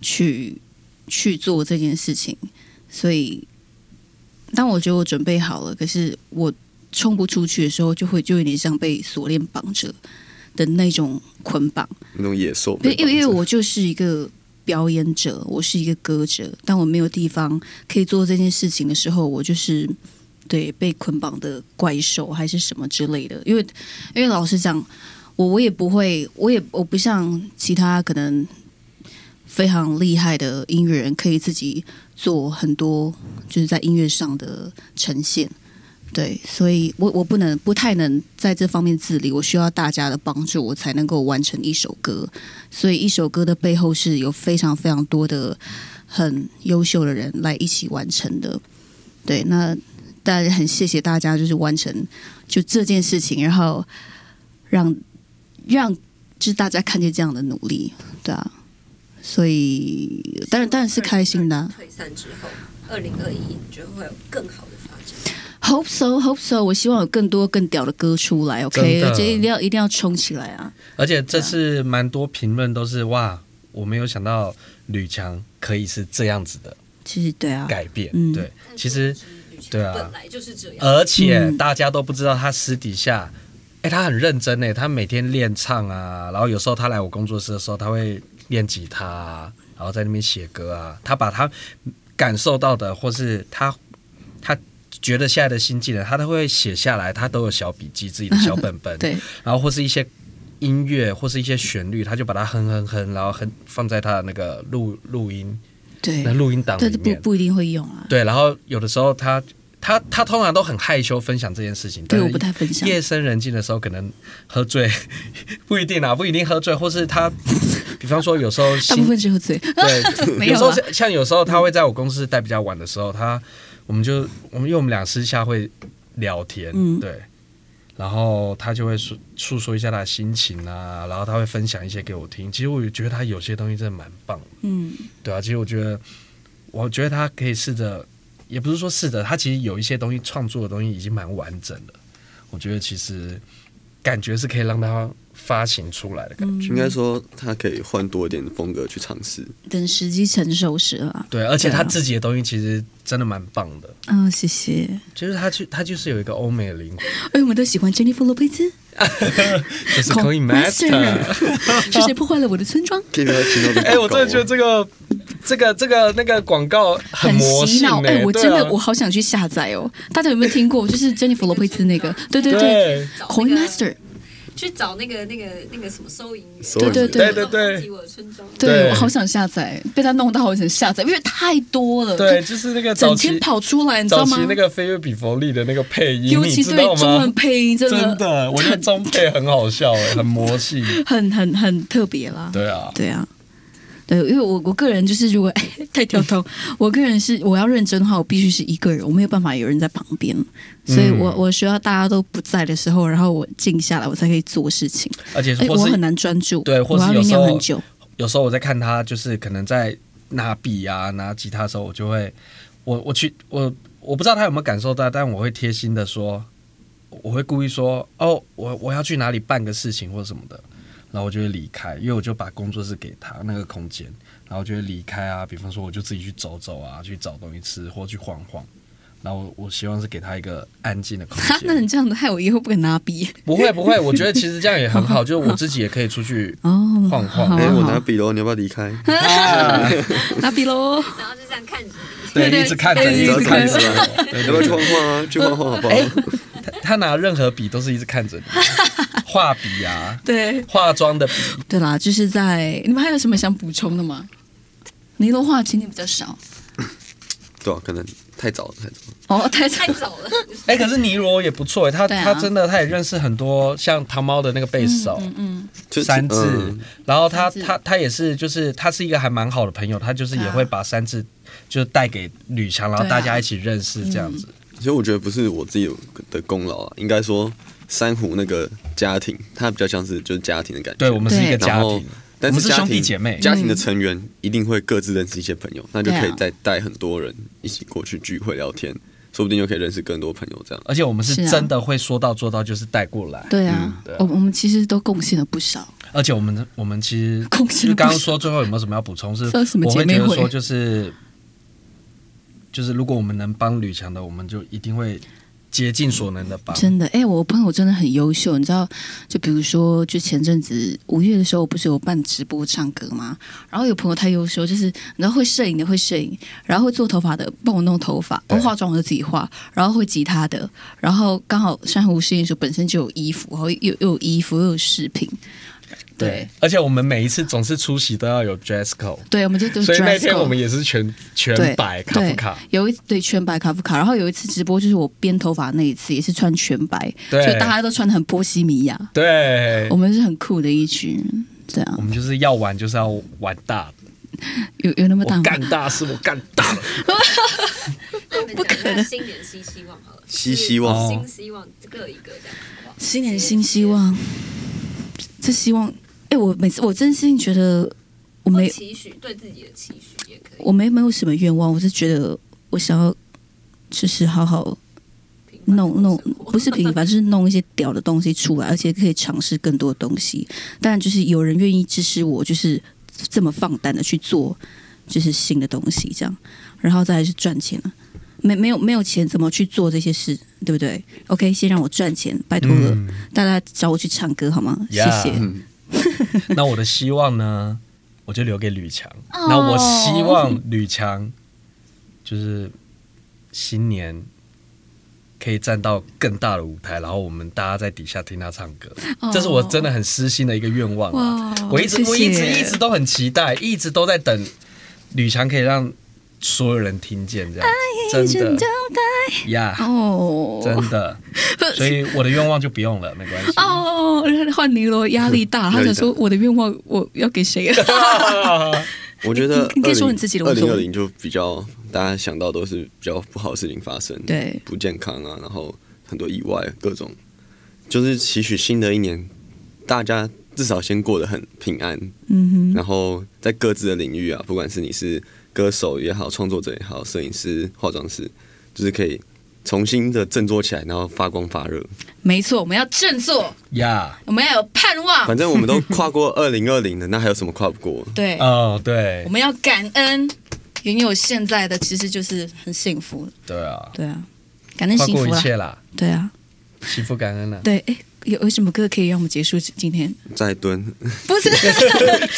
[SPEAKER 1] 去去做这件事情。所以，当我觉得我准备好了，可是我冲不出去的时候，就会就有点像被锁链绑着的那种捆绑。
[SPEAKER 3] 那种野兽
[SPEAKER 1] 不
[SPEAKER 3] 被
[SPEAKER 1] 是
[SPEAKER 3] 绑
[SPEAKER 1] 因
[SPEAKER 3] 着？
[SPEAKER 1] 为因为我就是一个表演者，我是一个歌者，当我没有地方可以做这件事情的时候，我就是对被捆绑的怪兽还是什么之类的。因为因为老实讲，我我也不会，我也我不像其他可能非常厉害的音乐人，可以自己做很多就是在音乐上的呈现。对，所以我我不能不太能在这方面自理，我需要大家的帮助，我才能够完成一首歌。所以一首歌的背后是有非常非常多的很优秀的人来一起完成的。对，那当然很谢谢大家，就是完成就这件事情，然后让让就是大家看见这样的努力，对啊。所以当然当然是开心的啊、
[SPEAKER 4] 退散之后，二零二一你觉得会有更好的发展？
[SPEAKER 1] Hope so, hope so。我希望有更多更屌的歌出来，OK？
[SPEAKER 2] 真的
[SPEAKER 1] 这一定要一定要冲起来啊！
[SPEAKER 2] 而且这次蛮多评论都是哇，我没有想到吕强可以是这样子的
[SPEAKER 1] 其实对啊，
[SPEAKER 2] 改变。
[SPEAKER 1] 嗯
[SPEAKER 2] 对，其实对啊
[SPEAKER 4] 本来就是这样。
[SPEAKER 2] 而且
[SPEAKER 1] 嗯，
[SPEAKER 2] 大家都不知道他私底下，哎、他很认真哎，他每天练唱啊，然后有时候他来我工作室的时候，他会练吉他、啊，然后在那边写歌啊，他把他感受到的或是他他觉得现在的新技能，他都会写下来，他都有小笔记，自己的小本 本
[SPEAKER 1] 对，
[SPEAKER 2] 然后或是一些音乐或是一些旋律，他就把它哼哼哼，然后哼放在他的那个录录音
[SPEAKER 1] 对
[SPEAKER 2] 那，录音档
[SPEAKER 1] 但
[SPEAKER 2] 里
[SPEAKER 1] 是不
[SPEAKER 2] 面。
[SPEAKER 1] 不一定会用啊。
[SPEAKER 2] 对，然后有的时候他他他通常都很害羞分享这件事情，
[SPEAKER 1] 对，
[SPEAKER 2] 但
[SPEAKER 1] 我
[SPEAKER 2] 是
[SPEAKER 1] 不太分享。
[SPEAKER 2] 夜深人静的时候，可能喝醉 不一定啊，不一定喝醉，或是他， 比方说有时候
[SPEAKER 1] 大
[SPEAKER 2] 心
[SPEAKER 1] 部分是喝醉，没
[SPEAKER 2] 对，
[SPEAKER 1] 有
[SPEAKER 2] 有时候
[SPEAKER 1] 啦
[SPEAKER 2] 像像有时候他会在我公司待比较晚的时候，他我们就我们因为我们俩私下会聊天，
[SPEAKER 1] 嗯
[SPEAKER 2] 对，然后他就会诉诉说一下他的心情啊，然后他会分享一些给我听。其实我也觉得他有些东西真的蛮棒的，
[SPEAKER 1] 嗯，
[SPEAKER 2] 对啊，其实我觉得，我觉得他可以试着，也不是说试着，他其实有一些东西创作的东西已经蛮完整的，我觉得其实感觉是可以让他发行出来的
[SPEAKER 1] 嗯
[SPEAKER 2] 感觉。
[SPEAKER 3] 应该说他可以换多一点的风格去尝试。
[SPEAKER 1] 等时机成熟时了。
[SPEAKER 2] 对，而且
[SPEAKER 1] 对啊
[SPEAKER 2] 他自己的东西其实真的蛮棒的。
[SPEAKER 1] 嗯，谢谢。
[SPEAKER 2] 就是他去，他就是有一个欧美的灵魂，
[SPEAKER 1] 哎，我们都喜欢 Jennifer Lopez，
[SPEAKER 2] 就是 Coin
[SPEAKER 1] 啊
[SPEAKER 2] Master。
[SPEAKER 1] Master 是谁破坏了我的村庄？
[SPEAKER 3] 可以不要听到这个
[SPEAKER 2] 哎、我真的觉得这个、这个、这个、那个广告 很魔
[SPEAKER 1] 洗
[SPEAKER 2] 性
[SPEAKER 1] 脑，
[SPEAKER 2] 哎、
[SPEAKER 1] 我
[SPEAKER 2] 对
[SPEAKER 1] 真的
[SPEAKER 2] 啊
[SPEAKER 1] 我好想去下载哦。大家有没有听过？就是 Jennifer Lopez 那个，对对对
[SPEAKER 2] 对
[SPEAKER 1] ，Coin Master，
[SPEAKER 4] 去找那个那个那个什么收银员，
[SPEAKER 3] 收银员
[SPEAKER 1] 对对
[SPEAKER 2] 对对
[SPEAKER 4] 我的村庄，
[SPEAKER 1] 对
[SPEAKER 2] 对
[SPEAKER 1] 我好想下载，被他弄到我想下载，因为太多了，
[SPEAKER 2] 对，就是那个
[SPEAKER 1] 整
[SPEAKER 2] 早
[SPEAKER 1] 天
[SPEAKER 2] 期
[SPEAKER 1] 跑出来，你知
[SPEAKER 2] 早
[SPEAKER 1] 道吗
[SPEAKER 2] 期？那个《飞跃比佛利》的那个配音，
[SPEAKER 1] 尤
[SPEAKER 2] 你
[SPEAKER 1] 其
[SPEAKER 2] 知
[SPEAKER 1] 对
[SPEAKER 2] 道
[SPEAKER 1] 中
[SPEAKER 2] 吗
[SPEAKER 1] 文？配音，真
[SPEAKER 2] 真的，我觉得
[SPEAKER 1] 很
[SPEAKER 2] 中配很好笑哎、很魔性。
[SPEAKER 1] 很很很特别啦。
[SPEAKER 2] 对啊，
[SPEAKER 1] 对啊，对，因为我我个人就是如果 太跳 脱，我个人是我要认真的话，我必须是一个人，我没有办法有人在旁边，所以我、
[SPEAKER 2] 嗯
[SPEAKER 1] 我需要大家都不在的时候，然后我静下来，我才可以做事情。
[SPEAKER 2] 而且
[SPEAKER 1] 哎，
[SPEAKER 2] 或
[SPEAKER 1] 我很
[SPEAKER 2] 是
[SPEAKER 1] 难专注，
[SPEAKER 2] 对或
[SPEAKER 1] 我
[SPEAKER 2] 是
[SPEAKER 1] 要
[SPEAKER 2] 有
[SPEAKER 1] 酝
[SPEAKER 2] 时
[SPEAKER 1] 酿
[SPEAKER 2] 候
[SPEAKER 1] 很久。
[SPEAKER 2] 有时候我在看他，就是可能在拿笔啊、拿吉他的时候，我就会，我我去我我不知道他有没有感受到，但我会贴心的说，我会故意说，哦，我我要去哪里办个事情或什么的，然后我就会离开，因为我就把工作室给他那个空间，然后我就会离开啊，比方说我就自己去走走啊，去找东西吃或去晃晃。然后我我希望是给他一个安静的空
[SPEAKER 1] 哈， 那
[SPEAKER 2] 间，
[SPEAKER 1] 你这样子害我以后不敢拿笔
[SPEAKER 2] 不会 不会，我觉得其实这样也很好，就是我自己也可以出去
[SPEAKER 1] 哦。
[SPEAKER 2] 晃晃
[SPEAKER 1] 好
[SPEAKER 3] 哎、
[SPEAKER 1] 啊
[SPEAKER 3] 我
[SPEAKER 1] 好哎
[SPEAKER 3] 拿
[SPEAKER 1] 啊
[SPEAKER 3] 笔喽，你要不要 离开？
[SPEAKER 1] 拿笔喽。
[SPEAKER 4] 然后就这样看着你，
[SPEAKER 1] 对对
[SPEAKER 2] 一直看着，
[SPEAKER 1] 对
[SPEAKER 3] 你
[SPEAKER 2] 一
[SPEAKER 3] 知道
[SPEAKER 2] 直
[SPEAKER 3] 什么
[SPEAKER 2] 看
[SPEAKER 3] 意思
[SPEAKER 2] 着。
[SPEAKER 3] 吗？要不要去晃晃啊？去晃晃好不
[SPEAKER 2] 哎
[SPEAKER 3] 好？
[SPEAKER 2] 他拿任何笔都是一直看着 你，画笔啊，
[SPEAKER 1] 对
[SPEAKER 2] 化妆的笔，
[SPEAKER 1] 对啦，就是在你们还有什么想补充的吗？尼罗话今天比较少
[SPEAKER 3] 对啊，可能太早了，太早了。
[SPEAKER 1] 哦，太太
[SPEAKER 4] 太早 了，
[SPEAKER 2] 哎、可是尼罗也不错哎、他、
[SPEAKER 1] 对啊
[SPEAKER 2] 他真的他也认识很多像糖猫的那个贝斯手。
[SPEAKER 1] 嗯
[SPEAKER 3] 就
[SPEAKER 2] 三字，
[SPEAKER 3] 嗯
[SPEAKER 2] 然后他
[SPEAKER 1] 三字
[SPEAKER 2] 他他也是，就是他是一个还蛮好的朋友，他就是也会把三字就是带给吕强，然后
[SPEAKER 1] 对啊嗯
[SPEAKER 2] 大家一起认识这样子。
[SPEAKER 3] 其实我觉得不是我自己的功劳啊，应该说珊瑚那个家庭，它比较像是就是家庭的感觉。
[SPEAKER 2] 对我们是一个家
[SPEAKER 3] 然后
[SPEAKER 2] 庭，
[SPEAKER 3] 但
[SPEAKER 2] 我们是
[SPEAKER 3] 是家庭
[SPEAKER 2] 兄弟姐妹
[SPEAKER 3] 家庭的成员一定会各自认识一些朋友，那就可以
[SPEAKER 1] 嗯对啊
[SPEAKER 3] 再带很多人一起过去聚会聊天，说不定就可以认识更多朋友。这样，
[SPEAKER 2] 而且我们
[SPEAKER 1] 是
[SPEAKER 2] 是
[SPEAKER 1] 啊
[SPEAKER 2] 真的会说到做到，就是带过来。
[SPEAKER 1] 对啊，
[SPEAKER 2] 对啊
[SPEAKER 1] 我我们其实都贡献了不少。
[SPEAKER 2] 而且我们我们其实
[SPEAKER 1] 贡献
[SPEAKER 2] 就
[SPEAKER 1] 了不少
[SPEAKER 2] 刚刚说最后有没有什么要补充？是
[SPEAKER 1] 说什么
[SPEAKER 2] 我
[SPEAKER 1] 姐
[SPEAKER 2] 会
[SPEAKER 1] 妹
[SPEAKER 2] 觉得
[SPEAKER 1] 会
[SPEAKER 2] 说就是就是如果我们能帮吕强的，我们就一定会竭尽所能的帮。
[SPEAKER 1] 真的，哎、我朋友真的很优秀，你知道？就比如说，就前阵子五月的时候，我不是有办直播唱歌吗？然后有朋友太优秀，就是你知道会摄影的会摄影，然后会做头发的帮我弄头发，我
[SPEAKER 2] 对
[SPEAKER 1] 化妆我就自己化，然后会吉他的，然后刚好珊瑚实验所本身就有衣服，然后又又有衣服又有饰品，对，
[SPEAKER 2] 而且我们每一次总是出席都要有 dress code，
[SPEAKER 1] 对，我们就都
[SPEAKER 2] 所以那
[SPEAKER 1] dress
[SPEAKER 2] 天
[SPEAKER 1] code
[SPEAKER 2] 我们也是全全白卡夫卡，
[SPEAKER 1] 对有一对全白卡夫卡，然后有一次直播就是我编头发那一次，也是穿全白，所
[SPEAKER 2] 对
[SPEAKER 1] 以大家都穿的很波西米亚，
[SPEAKER 2] 对
[SPEAKER 1] 我，们是很酷的一群人，这样
[SPEAKER 2] 我们就是要玩就是要玩大的，
[SPEAKER 1] 有有那么大
[SPEAKER 2] 我
[SPEAKER 1] 吗？
[SPEAKER 2] 干大事，我干大了。
[SPEAKER 4] 那你们讲一下新年新希望好了，
[SPEAKER 3] 新希望
[SPEAKER 4] 就是新希望各一个这样，好不好
[SPEAKER 1] 新年新希，望，这希望，哎、我每次我真心觉得我
[SPEAKER 4] 或
[SPEAKER 1] 没
[SPEAKER 4] 期许对自己的期许也可以
[SPEAKER 1] 我，没没有什么愿望，我是觉得我想要就是好好
[SPEAKER 4] 平凡
[SPEAKER 1] 弄弄
[SPEAKER 4] 生，活
[SPEAKER 1] 不是平凡，就是弄一些屌的东西出来，而且可以尝试更多东西。当然，就是有人愿意支持我，就是这么放胆的去做，就是新的东西这样。然后再来是赚钱了，没没有没有钱怎么去做这些事，对不对？OK，先让我赚钱，拜托了，大家找我去唱歌好吗？谢
[SPEAKER 2] Yeah
[SPEAKER 1] 谢。
[SPEAKER 3] 嗯，
[SPEAKER 2] 那我的希望呢，我就留给吕强。
[SPEAKER 1] 哦
[SPEAKER 2] 那我希望吕强就是新年可以站到更大的舞台，然后我们大家在底下听他唱歌，
[SPEAKER 1] 哦
[SPEAKER 2] 这是我真的很私心的一个愿望啊！
[SPEAKER 1] 哇
[SPEAKER 2] 我一直
[SPEAKER 1] 谢谢
[SPEAKER 2] 我一直一直都很期待，一直都在等吕强可以让所有人听见这样，
[SPEAKER 1] 一直
[SPEAKER 2] 真
[SPEAKER 1] 等
[SPEAKER 2] 的
[SPEAKER 1] 待
[SPEAKER 2] 呀
[SPEAKER 1] 哎哦，
[SPEAKER 2] 真 的，所以我的愿望就不用了，没关系。
[SPEAKER 1] 哦，换尼罗 压力大，他想说我的愿望我要给谁啊？
[SPEAKER 3] 我觉得
[SPEAKER 1] 你可以说你自己的无
[SPEAKER 3] 二
[SPEAKER 1] 所
[SPEAKER 3] 零
[SPEAKER 1] 谓
[SPEAKER 3] 二零就比较大家想到都是比较不好的事情发生，
[SPEAKER 1] 对
[SPEAKER 3] 不健康啊，然后很多意外，各种，就是期许新的一年，大家至少先过得很平安，
[SPEAKER 1] 嗯哼，
[SPEAKER 3] 然后在各自的领域啊，不管是你是歌手也好，创作者也好，摄影师、化妆师，就是可以重新的振作起来，然后发光发热。
[SPEAKER 1] 没错，我们要振作，
[SPEAKER 2] 呀，
[SPEAKER 1] 我们要有盼望
[SPEAKER 3] 反，正我们都跨过二零二零了，那还有什么跨不过？
[SPEAKER 1] 对，
[SPEAKER 2] 哦，对
[SPEAKER 1] 我，们要感恩拥有现在的，其实就是很幸福，
[SPEAKER 2] 对啊，
[SPEAKER 1] 对啊，感恩
[SPEAKER 2] 跨
[SPEAKER 1] 幸
[SPEAKER 2] 过
[SPEAKER 1] 福
[SPEAKER 2] 一
[SPEAKER 1] 啦，
[SPEAKER 2] 切啦，
[SPEAKER 1] 对啊，
[SPEAKER 2] 幸福感恩啊啦。
[SPEAKER 1] 对，哎，有有什么歌可以让我们结束今 天？
[SPEAKER 3] 再蹲，
[SPEAKER 1] 不是，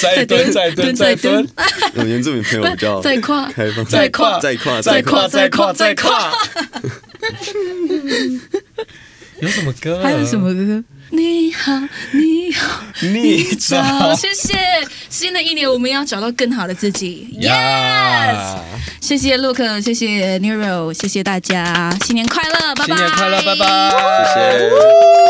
[SPEAKER 2] 再蹲，再蹲，再蹲，，
[SPEAKER 3] 我原住民朋友比 较
[SPEAKER 1] 再 跨
[SPEAKER 3] 开放，
[SPEAKER 1] 再跨
[SPEAKER 3] 再跨，
[SPEAKER 1] 再
[SPEAKER 3] 再
[SPEAKER 1] 跨
[SPEAKER 3] 跨。
[SPEAKER 1] 再跨再跨。
[SPEAKER 2] 有什么歌？
[SPEAKER 1] 还有什么
[SPEAKER 2] 嗯
[SPEAKER 1] 歌？你好，你 好，
[SPEAKER 2] 逆
[SPEAKER 1] 早，
[SPEAKER 2] 招？
[SPEAKER 1] 谢谢。新的一年，我们要找到更好的自 己。Yes，
[SPEAKER 2] 呀！
[SPEAKER 1] 谢谢 Look，谢谢 Nero，谢谢大家，新年快乐，拜拜，
[SPEAKER 2] 新年快乐，拜拜！
[SPEAKER 3] 谢谢。